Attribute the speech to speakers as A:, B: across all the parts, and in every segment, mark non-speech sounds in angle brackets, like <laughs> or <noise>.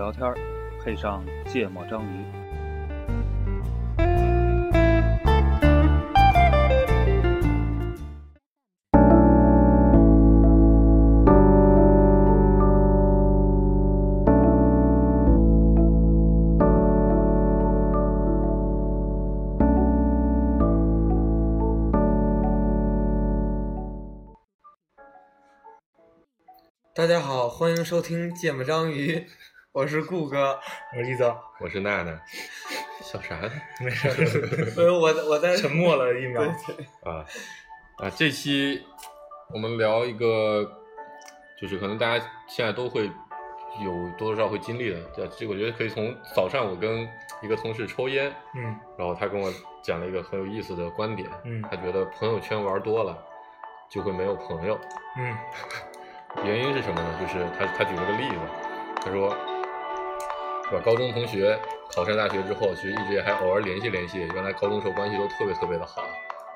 A: 聊天，配上芥末章鱼。
B: 大家好，欢迎收听《芥末章鱼》，我是顾哥。
C: 我是一泽，
D: 我是娜娜，笑啥呢？
C: 没事儿，
B: 不是我，我在
C: 沉默了一秒
B: 对。对
D: 啊啊！这期我们聊一个，就是可能大家现在都会有多多少少会经历的，这这我觉得可以从早上我跟一个同事抽烟，
C: 嗯
D: 然后他跟我讲了一个很有意思的观点，
C: 嗯
D: 他觉得朋友圈玩多了就会没有朋友，
C: 嗯
D: 原因是什么呢？就是他他举了个例子，他说，是吧？高中同学考上大学之后，其实一直还偶尔联系联系，原来高中时候关系都特别特别的好，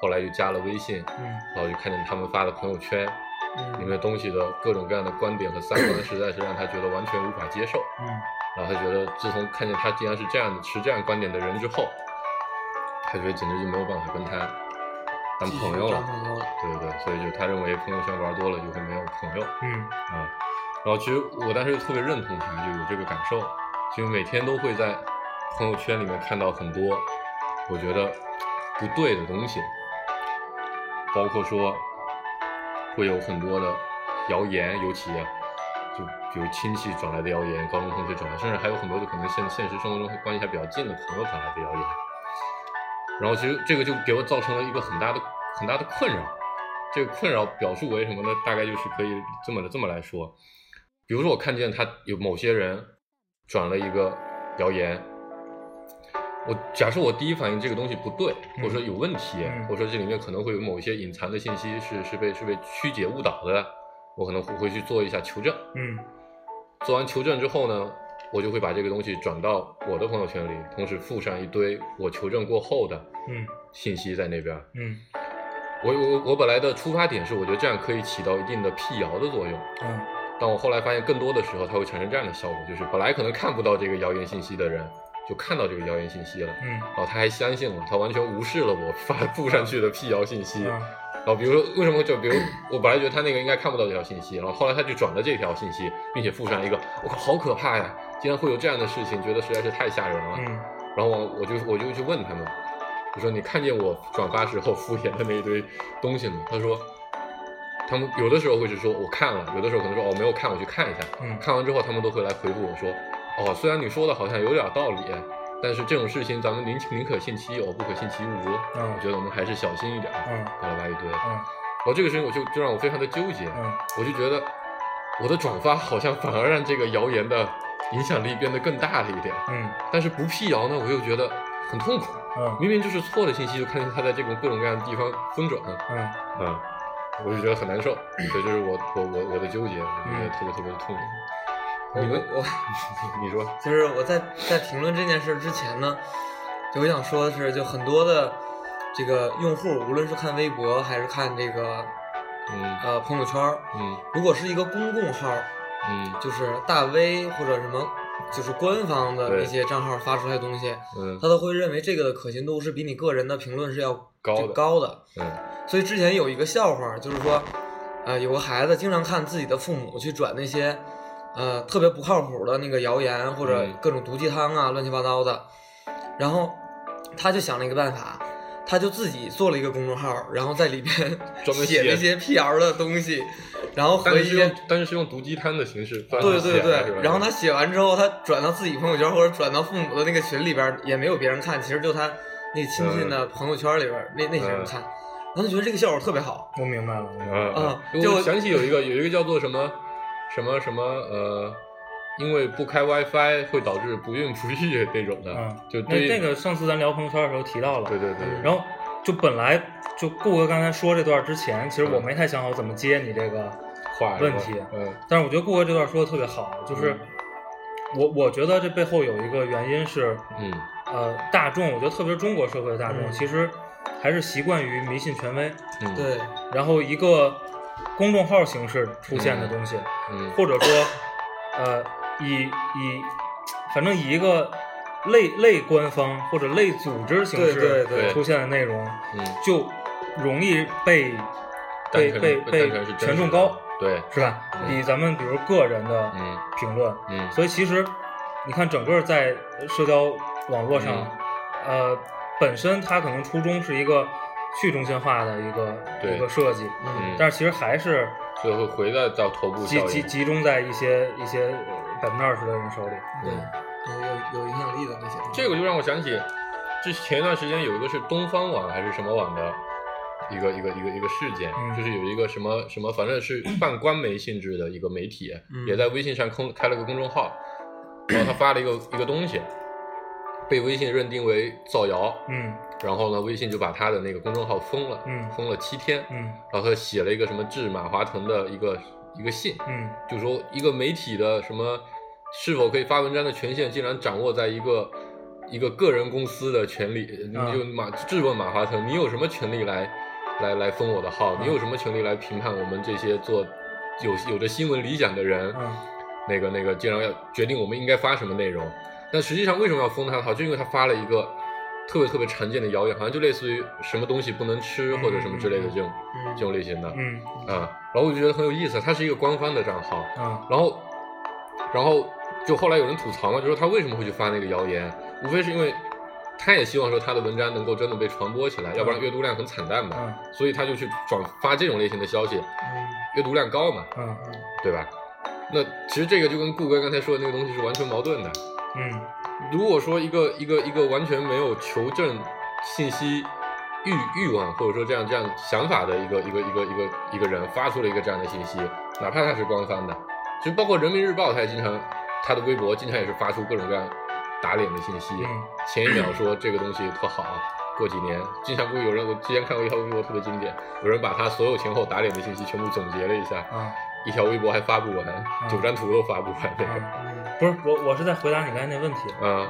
D: 后来就加了微信，
C: 嗯
D: 然后就看见他们发的朋友圈
C: 嗯
D: 里面东西的各种各样的观点和三观，实在是让他觉得完全无法接受。
C: 嗯
D: 然后他觉得，自从看见他竟然是这样的持这样观点的人之后，他觉得简直就没有办法跟他当
B: 继续
D: 朋友
B: 当
D: 了。
B: 朋友了。
D: 对对对，所以就他认为朋友圈玩多了就会没有朋友。
C: 嗯
D: 啊、然后其实我当时就特别认同他，就有这个感受，就每天都会在朋友圈里面看到很多我觉得不对的东西，包括说会有很多的谣言，尤其啊，就比如亲戚转来的谣言，高中同学转来，甚至还有很多就可能现现实生活中关系还比较近的朋友转来的谣言。然后其实这个就给我造成了一个很大的很大的困扰。这个困扰表述为什么呢？大概就是可以这么的这么来说，比如说我看见他有某些人转了一个谣言，我假设我第一反应这个东西不对，
C: 嗯
D: 或者说有问题，
C: 嗯
D: 或者说这里面可能会有某一些隐藏的信息是是被是被曲解误导的，我可能会会去做一下求证。
C: 嗯
D: 做完求证之后呢，我就会把这个东西转到我的朋友圈里，同时附上一堆我求证过后的
C: 嗯
D: 信息在那边。
C: 嗯
D: 我我我本来的出发点是，我觉得这样可以起到一定的辟谣的作用，
C: 嗯
D: 但我后来发现，更多的时候它会产生这样的效果，就是本来可能看不到这个谣言信息的人，就看到这个谣言信息了，
C: 嗯
D: 然后他还相信了，他完全无视了我发 <laughs> 布上去的辟谣信息，
C: 嗯
D: 然哦后比如说为什么就比如我本来觉得他那个应该看不到这条信息，然后后来他就转了这条信息，并且附上一个我靠好可怕呀，竟然会有这样的事情，觉得实在是太吓人了。
C: 嗯
D: 然后我我就我就去问他们，我说你看见我转发时候敷衍的那一堆东西吗？他说，他们有的时候会是说我看了，有的时候可能说哦没有看，我去看一下。
C: 嗯
D: 看完之后，他们都会来回复我说，哦虽然你说的好像有点道理，但是这种事情咱们宁宁可信其有，不可信其无。
C: 嗯
D: 我觉得我们还是小心一点。
C: 嗯
D: 巴拉巴拉一堆。然
C: 嗯
D: 后这个事情我就就让我非常的纠结，
C: 嗯
D: 我就觉得我的转发好像反而让这个谣言的影响力变得更大了一点。
C: 嗯
D: 但是不辟谣呢，我又觉得很痛苦。
C: 嗯
D: 明明就是错的信息，就看见它在这种各种各样的地方疯转，
C: 嗯
D: 嗯，我就觉得很难受。所以就是我我我我的纠结，我觉得特别特别的痛苦。
B: 我
D: 你们，
B: 我
D: 嗯 <laughs> 你说，
B: 就是我在在评论这件事之前呢，就我想说的是，就很多的这个用户，无论是看微博还是看这个
D: 嗯
B: 呃朋友圈儿，
D: 嗯
B: 如果是一个公共号儿，
D: 嗯
B: 就是大 V 或者什么，就是官方的
D: 对
B: 一些账号发出来的东西，
D: 嗯
B: 他都会认为这个的可信度是比你个人的评论是要
D: 高
B: 就
D: 的
B: 高的。
D: 嗯
B: 所以之前有一个笑话，就是说，呃，有个孩子经常看自己的父母去转那些，呃，特别不靠谱的那个谣言或者
D: 嗯
B: 各种毒鸡汤啊，乱七八糟的。然后他就想了一个办法，他就自己做了一个公众号，然后在里边
D: 专
B: <laughs>
D: 门
B: 写
D: 写
B: 那些辟谣的东西，然后
D: 但
B: 和
D: 是
B: 一
D: 是
B: 些
D: 用但是是用毒鸡汤的形式，
B: 对对
D: 是吧
B: 对，然后他写完之后，他转到自己朋友圈或者转到父母的那个群里边儿，也没有别人看，其实就他那亲
D: 嗯
B: 戚的朋友圈里边儿、那那些人看，然后就觉得这个效果特别好。
C: 我明白了，我明白了。
D: 嗯
B: 啊，
D: 嗯
B: 就
D: 我想起有一个 <laughs> 有一个叫做什么什么什么呃，因为不开 WiFi 会导致不孕不育那种的，
B: 啊
C: 嗯，
D: 就
C: 那
D: 对
C: 那个上次咱聊朋友圈的时候提到了，
D: 对对对，
B: 嗯
C: 然后就本来就顾哥刚才说这段之前，其实
D: 嗯
C: 我没太想好怎么接你这个，
D: 话是吧
C: 问题
D: 嗯
C: 但是我觉得顾哥这段说的特别好，就是
D: 嗯
C: 我我觉得这背后有一个原因是，
D: 嗯
C: 呃，大众，我觉得特别是中国社会的大众，
B: 嗯
C: 其实还是习惯于迷信权威，
D: 嗯，
B: 对，
C: 然后一个公众号形式出现的东西，
D: 嗯
C: 或者说，呃，以以反正以一个类类官方或者类组织形
B: 对对
C: 式
B: 对
C: 出现的内容，
D: 嗯，
C: 就容易被
D: 但
C: 被
D: 可能
C: 被
D: 但
C: 被
D: 可能是真
C: 权
D: 实
C: 重
D: 的
C: 高，
D: 对，
C: 是吧？
D: 嗯
C: 比咱们比如个人的
D: 嗯
C: 评论，
D: 嗯，
C: 所以其实你看，整个在社交网络上，
D: 嗯
C: 呃，本身它可能初衷是一个去中心化的一个
D: 对
C: 一个设计，
B: 嗯
D: 嗯
C: 但是其实还是
D: 所以会回到到头部
C: 集
D: 效
C: 集
D: 应，
C: 集中在一些一些百分之二十的人手里。
B: 对
D: 嗯，
B: 有有有影响力的那些人，
D: 这个就让我想起，之前一段时间有一个是东方网还是什么网的一个一个一个一个事件，
C: 嗯
D: 就是有一个什么什么，反正是半官媒性质的一个媒体，
B: 嗯
D: 也在微信上空开了个公众号，然后他发了一个一个东西，被微信认定为造谣，
C: 嗯
D: 然后呢，微信就把他的那个公众号封了，
C: 嗯
D: 封了七天，
C: 嗯
D: 然后他写了一个什么致马化腾的一个一个信，
C: 嗯
D: 就说一个媒体的什么是否可以发文章的权限，竟然掌握在一个一个个人公司的权利，你
C: 啊
D: 就马质问马化腾，你有什么权利来来来封我的号？
B: 啊
D: 你有什么权利来评判我们这些做有有着新闻理想的人？
B: 啊
C: 嗯
D: 那个那个，竟然要决定我们应该发什么内容？但实际上为什么要封他的号？就因为他发了一个特别特别常见的谣言，好像就类似于什么东西不能吃或者什么之类的这种、
B: 嗯
D: 这种类型的。
C: 嗯
D: 啊、然后我就觉得很有意思，它是一个官方的账号，
C: 嗯
D: 然后，然后就后来有人吐槽嘛，就说他为什么会去发那个谣言，无非是因为他也希望说他的文章能够真的被传播起来，要不然阅读量很惨淡嘛，
C: 嗯
D: 所以他就去转发这种类型的消息，阅读量高嘛，
C: 嗯
D: 对吧？那其实这个就跟顾哥刚才说的那个东西是完全矛盾的。
C: 嗯
D: 如果说一个一个一个完全没有求证信息欲欲望，或者说这样这样想法的一个一个一个一个一个人发出了一个这样的信息，哪怕他是官方的，其实包括人民日报，他也经常他的微博经常也是发出各种各样打脸的信息。
C: 嗯
D: 前一秒说这个东西特好，过几年经常会有人，我之前看过一条微博特别经典，有人把他所有前后打脸的信息全部总结了一下，
C: 啊
D: 一条微博还发不完，九张图都发不完那个。
C: 啊！
B: 嗯
C: 不是我，我是在回答你刚才那问题，
D: 啊，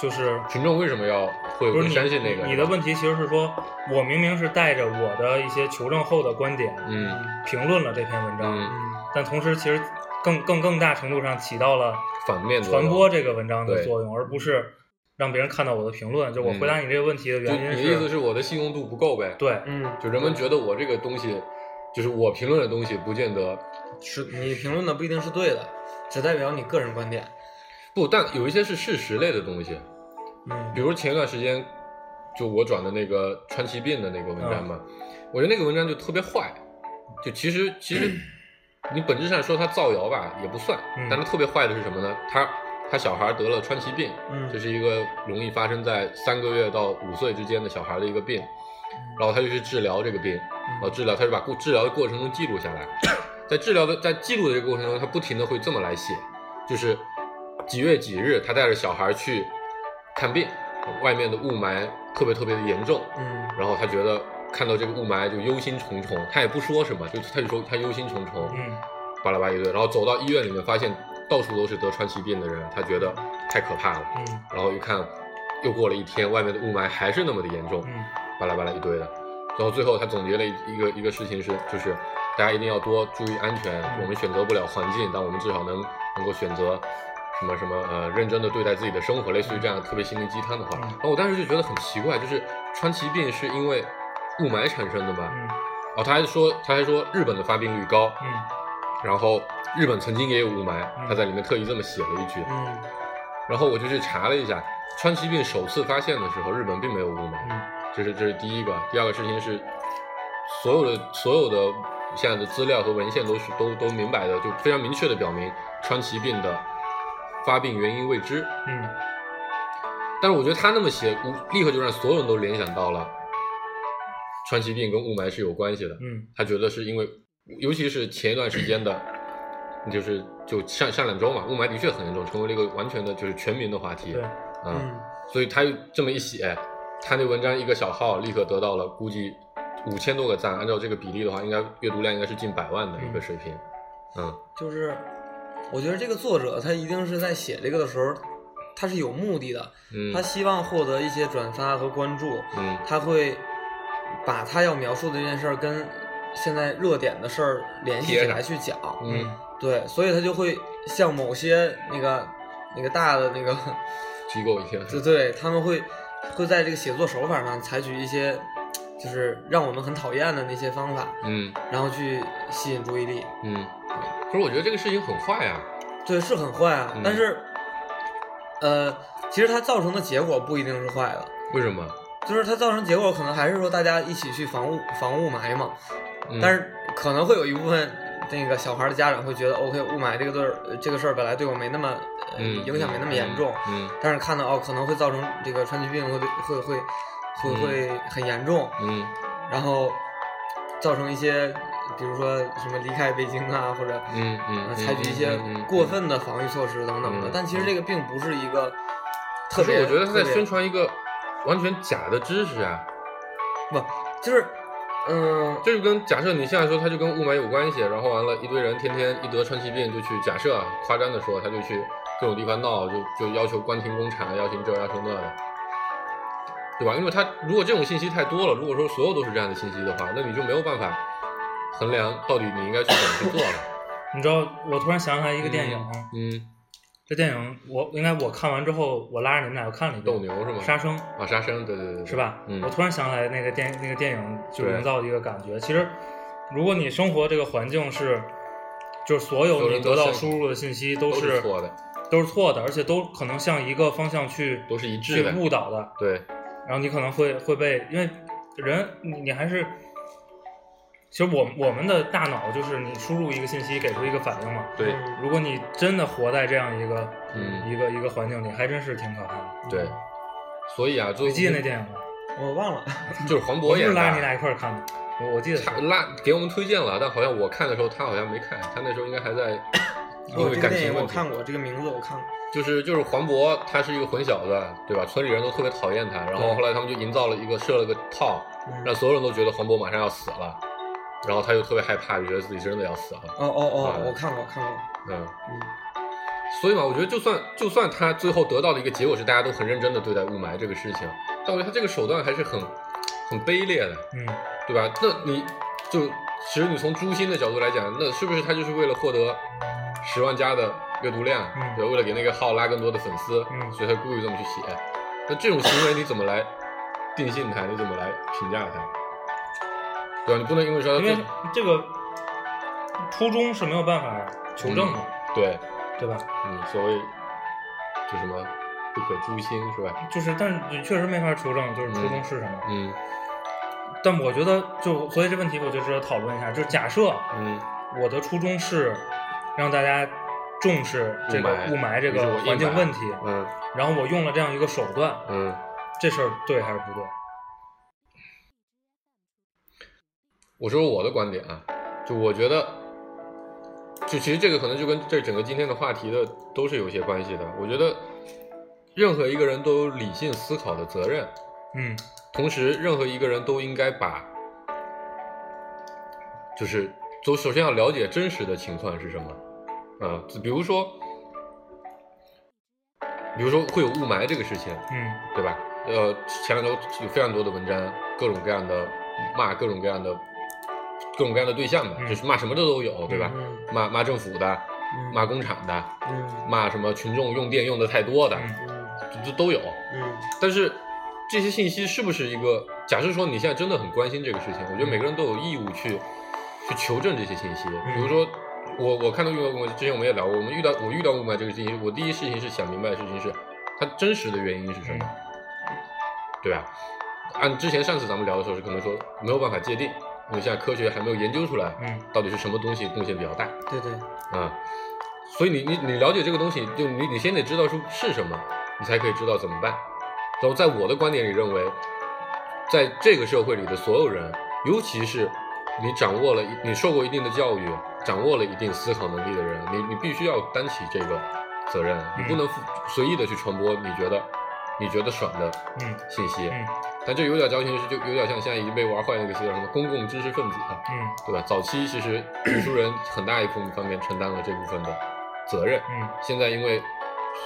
C: 就是
D: 群众为什么要会
C: 不是
D: 会
C: 你
D: 相信那个？
C: 你的问题其实是说，我明明是带着我的一些求证后的观点
D: 嗯，
C: 评论了这篇文章，
D: 嗯
B: 嗯
C: 但同时其实更更更大程度上起到了
D: 反面作
C: 传
D: 用
C: 播这个文章的
D: 对
C: 作用，而不是让别人看到我的评论。就我
D: 嗯
C: 回答你这个问题的
D: 就
C: 原
D: 你的
C: 因
D: 意思是我的信用度不够呗？，
C: 对，
B: 嗯，
D: 就人们觉得我这个东西，就是我评论的东西，不见得
B: 嗯是你评论的不一定是对的，只代表你个人观点。
D: 不，但有一些是事实类的东西，
B: 嗯
D: 比如前一段时间，就我转的那个川崎病的那个文章嘛，
C: 嗯
D: 我觉得那个文章就特别坏，就其实其
C: <clears throat>
D: 实你本质上说他造谣吧也不算，
C: 嗯
D: 但他特别坏的是什么呢？他他小孩得了川崎病，
B: 嗯
D: 这是一个容易发生在三个月到五岁之间的小孩的一个病，然后他就去治疗这个病，然后治疗他就把过治疗的过程中记录下来，在治疗的在记录的这个过程中，他不停的会这么来写，就是几月几日他带着小孩去看病，外面的雾霾特别特别的严重，
B: 嗯
D: 然后他觉得看到这个雾霾就忧心忡忡，他也不说什么，就他就说他忧心忡忡，
C: 嗯
D: 巴拉巴拉一堆，然后走到医院里面发现到处都是得川崎病的人，他觉得太可怕了，
C: 嗯
D: 然后一看又过了一天，外面的雾霾还是那么的严重，
C: 嗯
D: 巴拉巴拉一堆的。然后最后他总结了一一个一个事情是，就是大家一定要多注意安全。
C: 嗯
D: 我们选择不了环境，但我们至少能能够选择什么什么呃认真的对待自己的生活，类似于这样特别心灵鸡汤的话。
C: 嗯
D: 然后我当时就觉得很奇怪，就是川崎病是因为雾霾产生的嘛？
C: 嗯
D: 然后他还说他还说日本的发病率高，
C: 嗯
D: 然后日本曾经也有雾霾，
C: 嗯
D: 他在里面特意这么写了一句。
B: 嗯
D: 然后我就去查了一下，川崎病首次发现的时候，日本并没有雾霾。
C: 嗯
D: 这是这是第一个，第二个事情是，所有的所有的现在的资料和文献都是都都明白的，就非常明确的表明川崎病的发病原因未知。
C: 嗯
D: 但是我觉得他那么写，我立刻就让所有人都联想到了川崎病跟雾霾是有关系的。
C: 嗯
D: 他觉得是因为，尤其是前一段时间的，就是就上上两周嘛，雾霾的确很严重，成为了一个完全的就是全民的话题。
C: 对，
D: 嗯
B: 嗯
D: 所以他又这么一写，他那文章一个小号立刻得到了估计五千多个赞，按照这个比例的话，应该阅读量应该是近百万的一个水平。嗯，
B: 就是我觉得这个作者他一定是在写这个的时候，他是有目的的，
D: 嗯
B: 他希望获得一些转发和关注，
D: 嗯
B: 他会把他要描述的这件事儿跟现在热点的事儿联系起来去讲，
D: 嗯
B: 对，所以他就会像某些那个那个大的那个，
D: 机构一些，
B: 对对，他们会会在这个写作手法上采取一些，就是让我们很讨厌的那些方法，
D: 嗯
B: 然后去吸引注意力。
D: 嗯。可是我觉得这个事情很啊坏呀、
B: 对，是很坏啊，
D: 嗯
B: 但是，呃，其实它造成的结果不一定是坏的，
D: 为什么？
B: 就是它造成结果可能还是说大家一起去防雾防雾霾嘛，
D: 嗯、
B: 但是可能会有一部分那个小孩的家长会觉得，OK，雾霾这个对儿呃这个事儿本来对我没那么、呃
D: 嗯
B: 影响没那么严重，
D: 嗯
B: 但是看到哦可能会造成这个川崎病会会会会
D: 嗯
B: 会很严重，
D: 嗯
B: 然后造成一些比如说什么离开北京啊或者
D: 嗯嗯
B: 呃
D: 嗯，
B: 采取一些
D: 嗯嗯嗯
B: 过分的防御措施等等的
D: 嗯，
B: 但其实这个并不是一个特
D: 可是
B: 别，
D: 我觉得他在
B: 特别
D: 宣传一个完全假的知识啊，
B: 不就是嗯
D: 这就跟假设你现在说它就跟雾霾有关系，然后完了，一堆人天天一得川崎病就去假设啊，夸张的说，他就去各种地方闹，就就要求关停工厂，要求这要求那的，对吧？因为他如果这种信息太多了，如果说所有都是这样的信息的话，那你就没有办法衡量到底你应该去怎么去做了。
C: 你知道，我突然想起来一个电影，
D: 嗯，
C: 这电影我应该我看完之后，我拉着你们俩又看了一
D: 斗
C: 遍
D: 牛是吗？
C: 《杀生》，
D: 啊，杀生，对对对对，
C: 是吧？
D: 嗯
C: 我突然想起来那个电那个电影就
D: 对
C: 营造的一个感觉，其实如果你生活这个环境是，就是所
D: 所有
C: 有
D: 人
C: 你
D: 都
C: 得到
D: 相
C: 输入的信息
D: 都
C: 都是
D: 错的，
C: 都是错的，而且都可能向一个方向去
D: 都是一致的
C: 去误导的，
D: 对，
C: 然后你可能会会被，因为人你你还是，其实我我们的大脑就是你输入一个信息给出一个反应嘛。
D: 对，
B: 嗯
C: 如果你真的活在这样一个、
D: 嗯
C: 一个一个环境里，还真是挺可怕的。
D: 对，所以啊，就
C: 你记得那电影吗？
B: 我忘了，
D: 就是黄渤
C: 我就是
D: 演的
C: 拉着
D: 啊
C: 你。俩一块儿看的，我我记得是
D: 他。拉给我们推荐了，但好像我看的时候他好像没看，他那时候应该还在因
B: 我
D: 为
B: 哦这个
D: 感
B: 电
D: 情
B: 影
D: 问
B: 我
D: 题。
B: 看过，这个名字我看过，
D: 就是就是黄渤，他是一个混小子，对吧？村里人都特别讨厌他，然后
C: 对
D: 后来他们就营造了一个设了个套，
B: 嗯
D: 让所有人都觉得黄渤马上要死了，然后他又特别害怕，觉得自己真的要死了，
B: 哦哦
D: 啊
B: 哦，我看过，我看过，
D: 嗯。
B: 嗯，
D: 所以嘛，我觉得就算就算他最后得到的一个结果是大家都很认真的对待雾霾这个事情，但我觉得他这个手段还是很很卑劣的，
C: 嗯，
D: 对吧？那你就其实你从诛心的角度来讲，那是不是他就是为了获得十万加的阅读量，
C: 嗯
D: 对吧，为了给那个号拉更多的粉丝，
C: 嗯
D: 所以他故意这么去写。那这种行为你怎么来定性他？你怎么来评价他？对吧？你不能因为说
C: 因
D: 他
C: 为这个初衷是没有办法求证的，
D: 对，
C: 对吧？
D: 嗯，所谓就什么不可诛心是吧？
C: 就是，但是你确实没法求证，就是初衷是什么。
D: 嗯
C: 但我觉得就，所以这问题我就值得讨论一下。就是假设
D: 嗯，
C: 我的初衷是让大家重视这个雾
D: 雾
C: 霾这
D: 于是我
C: 个
D: 硬
C: 环境
D: 买
C: 问题，
D: 嗯
C: 然后我用了这样一个手段，
D: 嗯。
C: 这事儿对还是不对？
D: 我说说我的观点啊，就我觉得，就其实这个可能就跟这整个今天的话题的都是有些关系的。我觉得，任何一个人都有理性思考的责任，
C: 嗯
D: 同时任何一个人都应该把，就是就首先要了解真实的情况是什么，啊、就比如说，比如说会有雾霾这个事情，
C: 嗯
D: 对吧？呃，前两周有非常多的文章，各种各样的骂各种各样的各种各样的对象吧，
C: 嗯
D: 就是骂什么的都有，对吧？
B: 嗯
D: 骂骂政府的，
B: 嗯
D: 骂工厂的，
B: 嗯
D: 骂什么群众用电用的太多的，
C: 嗯
B: 嗯
D: 这、都有。
B: 嗯
D: 但是这些信息是不是一个？假设说你现在真的很关心这个事情，我觉得每个人都有义务去去求证这些信息。
C: 嗯
D: 比如说，我我看到遇到我之前我们也聊过，我们遇到我遇到雾霾这个信息，我第一事情是想明白的事情是它真实的原因是什么，对吧？按之前上次咱们聊的时候是可能说没有办法界定，因为现在科学还没有研究出来
C: 嗯
D: 到底是什么东西贡献比较大。
B: 对对，
D: 啊，所以你你你了解这个东西，就你你先得知道是是什么，你才可以知道怎么办。然后在我的观点里认为，在这个社会里的所有人，尤其是你掌握了一你受过一定的教育，掌握了一定思考能力的人，你你必须要担起这个责任，你
C: 嗯
D: 不能负随意的去传播你觉得你觉得爽的
C: 嗯
D: 信息。
C: 嗯
D: 但这有点矫情的是，就有点像现在已经被玩坏那个词叫什么公共知识分子。
C: 嗯
D: 对吧？早期其实读书人很大一部分方面承担了这部分的责任。
C: 嗯
D: 现在因为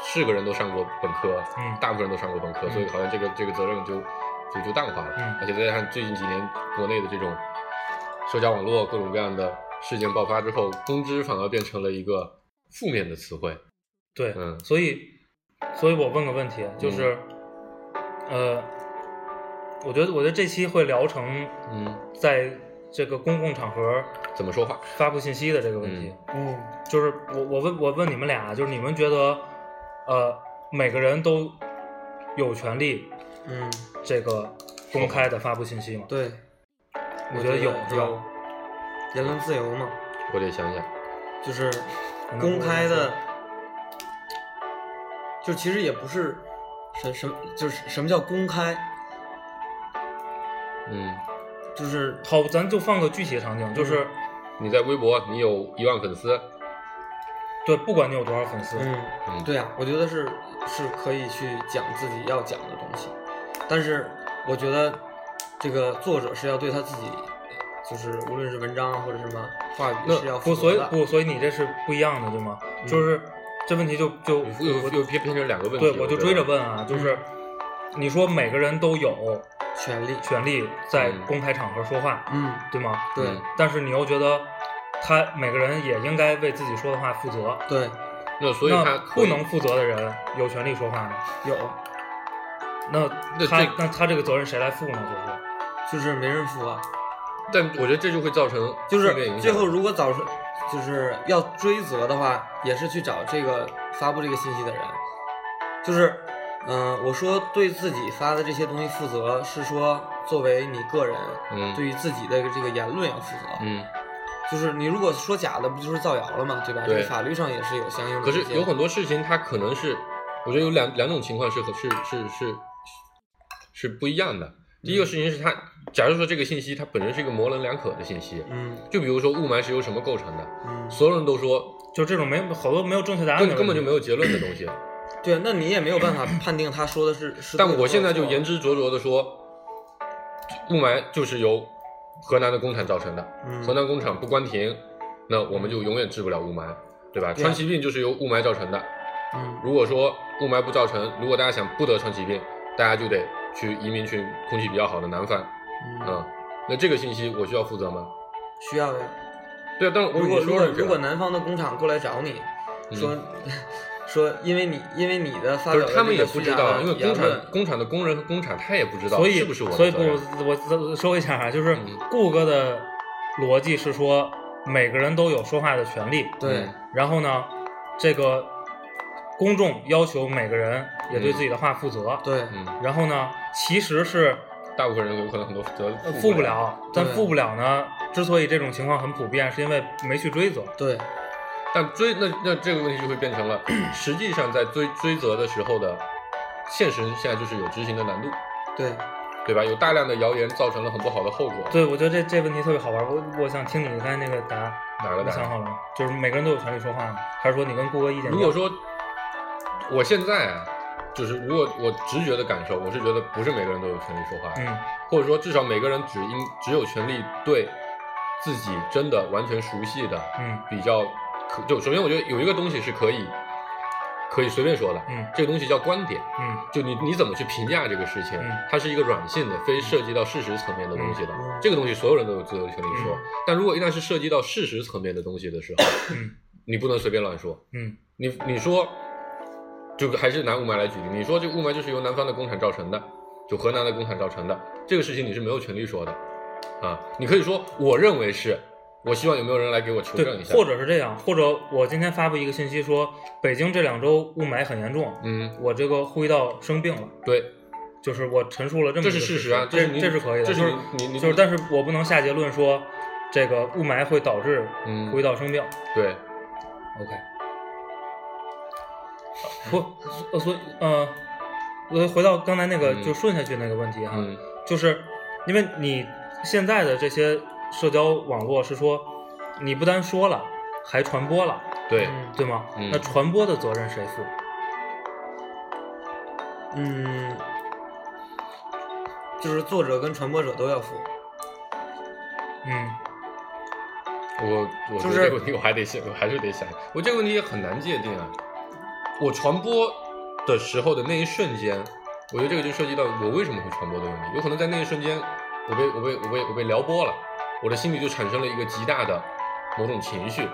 D: 是个人都上过本科，
C: 嗯
D: 大部分人都上过本科，
C: 嗯
D: 所以好像这个这个责任就就就淡化了。
C: 嗯
D: 而且再加上最近几年国内的这种社交网络各种各样的事件爆发之后，公知反而变成了一个负面的词汇。
C: 对，
D: 嗯
C: 所以所以我问个问题，就是，呃，我觉得我觉得这期会聊成
D: 嗯，
C: 在这个公共场合
D: 怎么说话？
C: 发布信息的这个问题。
B: 嗯，
C: 就是我我问我问你们俩，就是你们觉得，呃，每个人都有权利
B: 嗯，
C: 这个公开的发布信息吗？
B: 对，
C: 我觉得有
B: 有
C: 有
B: 言论自由嘛，
D: 我得想想。
B: 就是
C: 可能
B: 公开
C: 不是
B: 的，就其实也不是什什么，就是什么叫公开，
D: 嗯，
B: 就是
C: 好，咱就放个具体的场景，就是、
D: 你在微博，你有一万粉丝，
C: 对，不管你有多少粉丝，
B: 嗯。
D: 嗯，
B: 对啊，我觉得是是可以去讲自己要讲的东西，但是我觉得这个作者是要对他自己，就是无论是文章啊或者什么话语是要
C: 那
B: 负
C: 不，所
B: 责
C: 以
B: 的。
C: 不，所以你这是不一样的，对吗？
B: 嗯
C: 就是这问题就就
D: 又又又变变成两个问题。
C: 对，我就
D: 觉得嗯
C: 追着。问啊，就是你说每个人都有
B: 权利，
C: 权利在
D: 嗯
C: 公开场合说话，
B: 嗯，
C: 对吗？
B: 对
D: 嗯
C: 但是你又觉得他每个人也应该为自己说的话负责，
B: 对，
D: 那所以
C: 那
D: 他可
C: 不
D: 以
C: 能负责的人有权利说话吗？
B: 有，
C: 那
D: 那
C: 他
D: 这
C: 那他这个责任谁来负呢？就是
B: 就是没人负啊，
D: 但我觉得这就会造成
B: 就
D: 负面影
B: 是
D: 响
B: 最后如果早是就是要追责的话，也是去找这个发布这个信息的人，就是，嗯、我说对自己发的这些东西负责，是说作为你个人，
D: 嗯
B: 对于自己的这个言论要负责，
D: 嗯，
B: 就是你如果说假的，不就是造谣了嘛，对吧？
D: 对
B: 这个法律上也是有相应的。
D: 可是有很，多事情，它可能是，我觉得有两两种情况是和是是是是不一样的。第一个事情是它，假如说这个信息它本身是一个模棱两可的信息，
B: 嗯
D: 就比如说雾霾是由什么构成的，
B: 嗯，
D: 所有人都说
C: 就这种没好多没有正确答案的
D: 根根
C: 问题，
D: 本就没有结论的东西。
B: 对，那你也没有办法判定他说的是是对
D: 但
B: 的或者错的。
D: 我现在就言之灼灼的说，雾霾就是由河南的工厂造成的，
B: 嗯
D: 河南工厂不关停，那我们就永远治不了雾霾，对
B: 对
D: 吧？
B: 啊
D: 川崎病就是由雾霾造成的，
B: 嗯
D: 如果说雾霾不造成，如果大家想不得川崎病，大家就得去移民去空气比较好的南方
B: 嗯
D: 啊、那这个信息我需要负责吗？
B: 需要呀。
D: 对啊，但我
B: 如果
D: 你
B: 如
D: 说
B: 果
D: 了是
B: 如果南方的工厂过来找你，说、 <laughs> 说因为你因为你的发
D: 就
B: 表
D: 是
B: 的
D: 他们
B: 这
D: 也
B: 个
D: 嗯不
B: 虚
D: 知
B: 假
D: 道，
B: 的
D: 因为工
B: 言
D: 厂
B: 论
D: 工厂的工人和工厂他也不知道
C: 所以
D: 是不是我的
C: 所以
D: 责
C: 不，
D: 任
C: 我说一下啊，就是
D: 嗯
C: 顾哥的逻辑是说，每个人都有说话的权利，
B: 对
D: 嗯
C: 然后呢，这个公众要求每个人也对自己的话负责，
B: 对
D: 嗯，
C: 然后呢，其实是
D: 大部分人有可能很多责
C: 呃
D: 负
C: 负不，了，但
B: 对
C: 负不了呢，之所以这种情况很普遍，是因为没去追责，
B: 对
D: 但追那那这个问题就会变成了， <coughs> 实际上在追追责的时候的现实现在就是有执行的难度，
B: 对，
D: 对吧？有大量的谣言造成了很不好的后果。
C: 对我觉得这这问题特别好玩，我我想听你刚才那个答案，
D: 哪个
C: 你
D: 答
C: 想
D: 案？
C: 好了吗？就是每个人都有权利说话吗？还是说你跟顾哥意见一样？
D: 如果说我现在啊，就是如果我直觉的感受，我是觉得不是每个人都有权利说话，
C: 嗯
D: 或者说至少每个人只应只有权利对自己真的完全熟悉的
C: 嗯
D: 比较可就首先我觉得有一个东西是可以可以随便说的，
C: 嗯
D: 这个东西叫观点。
C: 嗯
D: 就你你怎么去评价这个事情，
C: 嗯
D: 它是一个软性的，非涉及到事实层面的东西的。
B: 嗯
D: 这个东西所有人都有自由权利说，
C: 嗯
D: 但如果一旦是涉及到事实层面的东西的时候，
C: 嗯
D: 你不能随便乱说。
C: 嗯
D: 你你说，就还是拿雾霾来举例，你说这雾霾就是由南方的工厂造成的，就河南的工厂造成的，这个事情你是没有权利说的，啊，你可以说我认为是，我希望有没有人来给我求证
C: 对
D: 一，下，
C: 或者是这样，或者我今天发布一个信息说，北京这两周雾霾很严重，
D: 嗯，
C: 我这个呼吸道生病了，
D: 对，
C: 就是我陈述了这么
D: 这
C: 一
D: 是
C: 个
D: 事
C: 事
D: 实啊，
C: 这
D: 是你
C: 这是可以的，
D: 这是
C: 就是
D: 你你你
C: 就是，但是我不能下结论说这个雾霾会导致
D: 嗯
C: 呼吸道生病。
D: 对，嗯
C: OK，不，呃所以呃，我回到刚才那个
D: 嗯
C: 就顺下去那个问题哈，
D: 嗯
C: 就是因为你现在的这些社交网络是说，你不单说了，还传播了，
D: 对，
B: 嗯
C: 对吗？
D: 嗯
C: 那传播的责任谁负？
B: 嗯，就是作者跟传播者都要负，
C: 嗯，
D: 我我觉
B: 就
D: 得
B: 是
D: 这个问题我还得想，我还是得想，我这个问题也很难界定啊。我传播的时候的那一瞬间，我觉得这个就涉及到我为什么会传播的问题。有可能在那一瞬间，我被我被我被我被撩拨了，我的心里就产生了一个极大的某种情绪。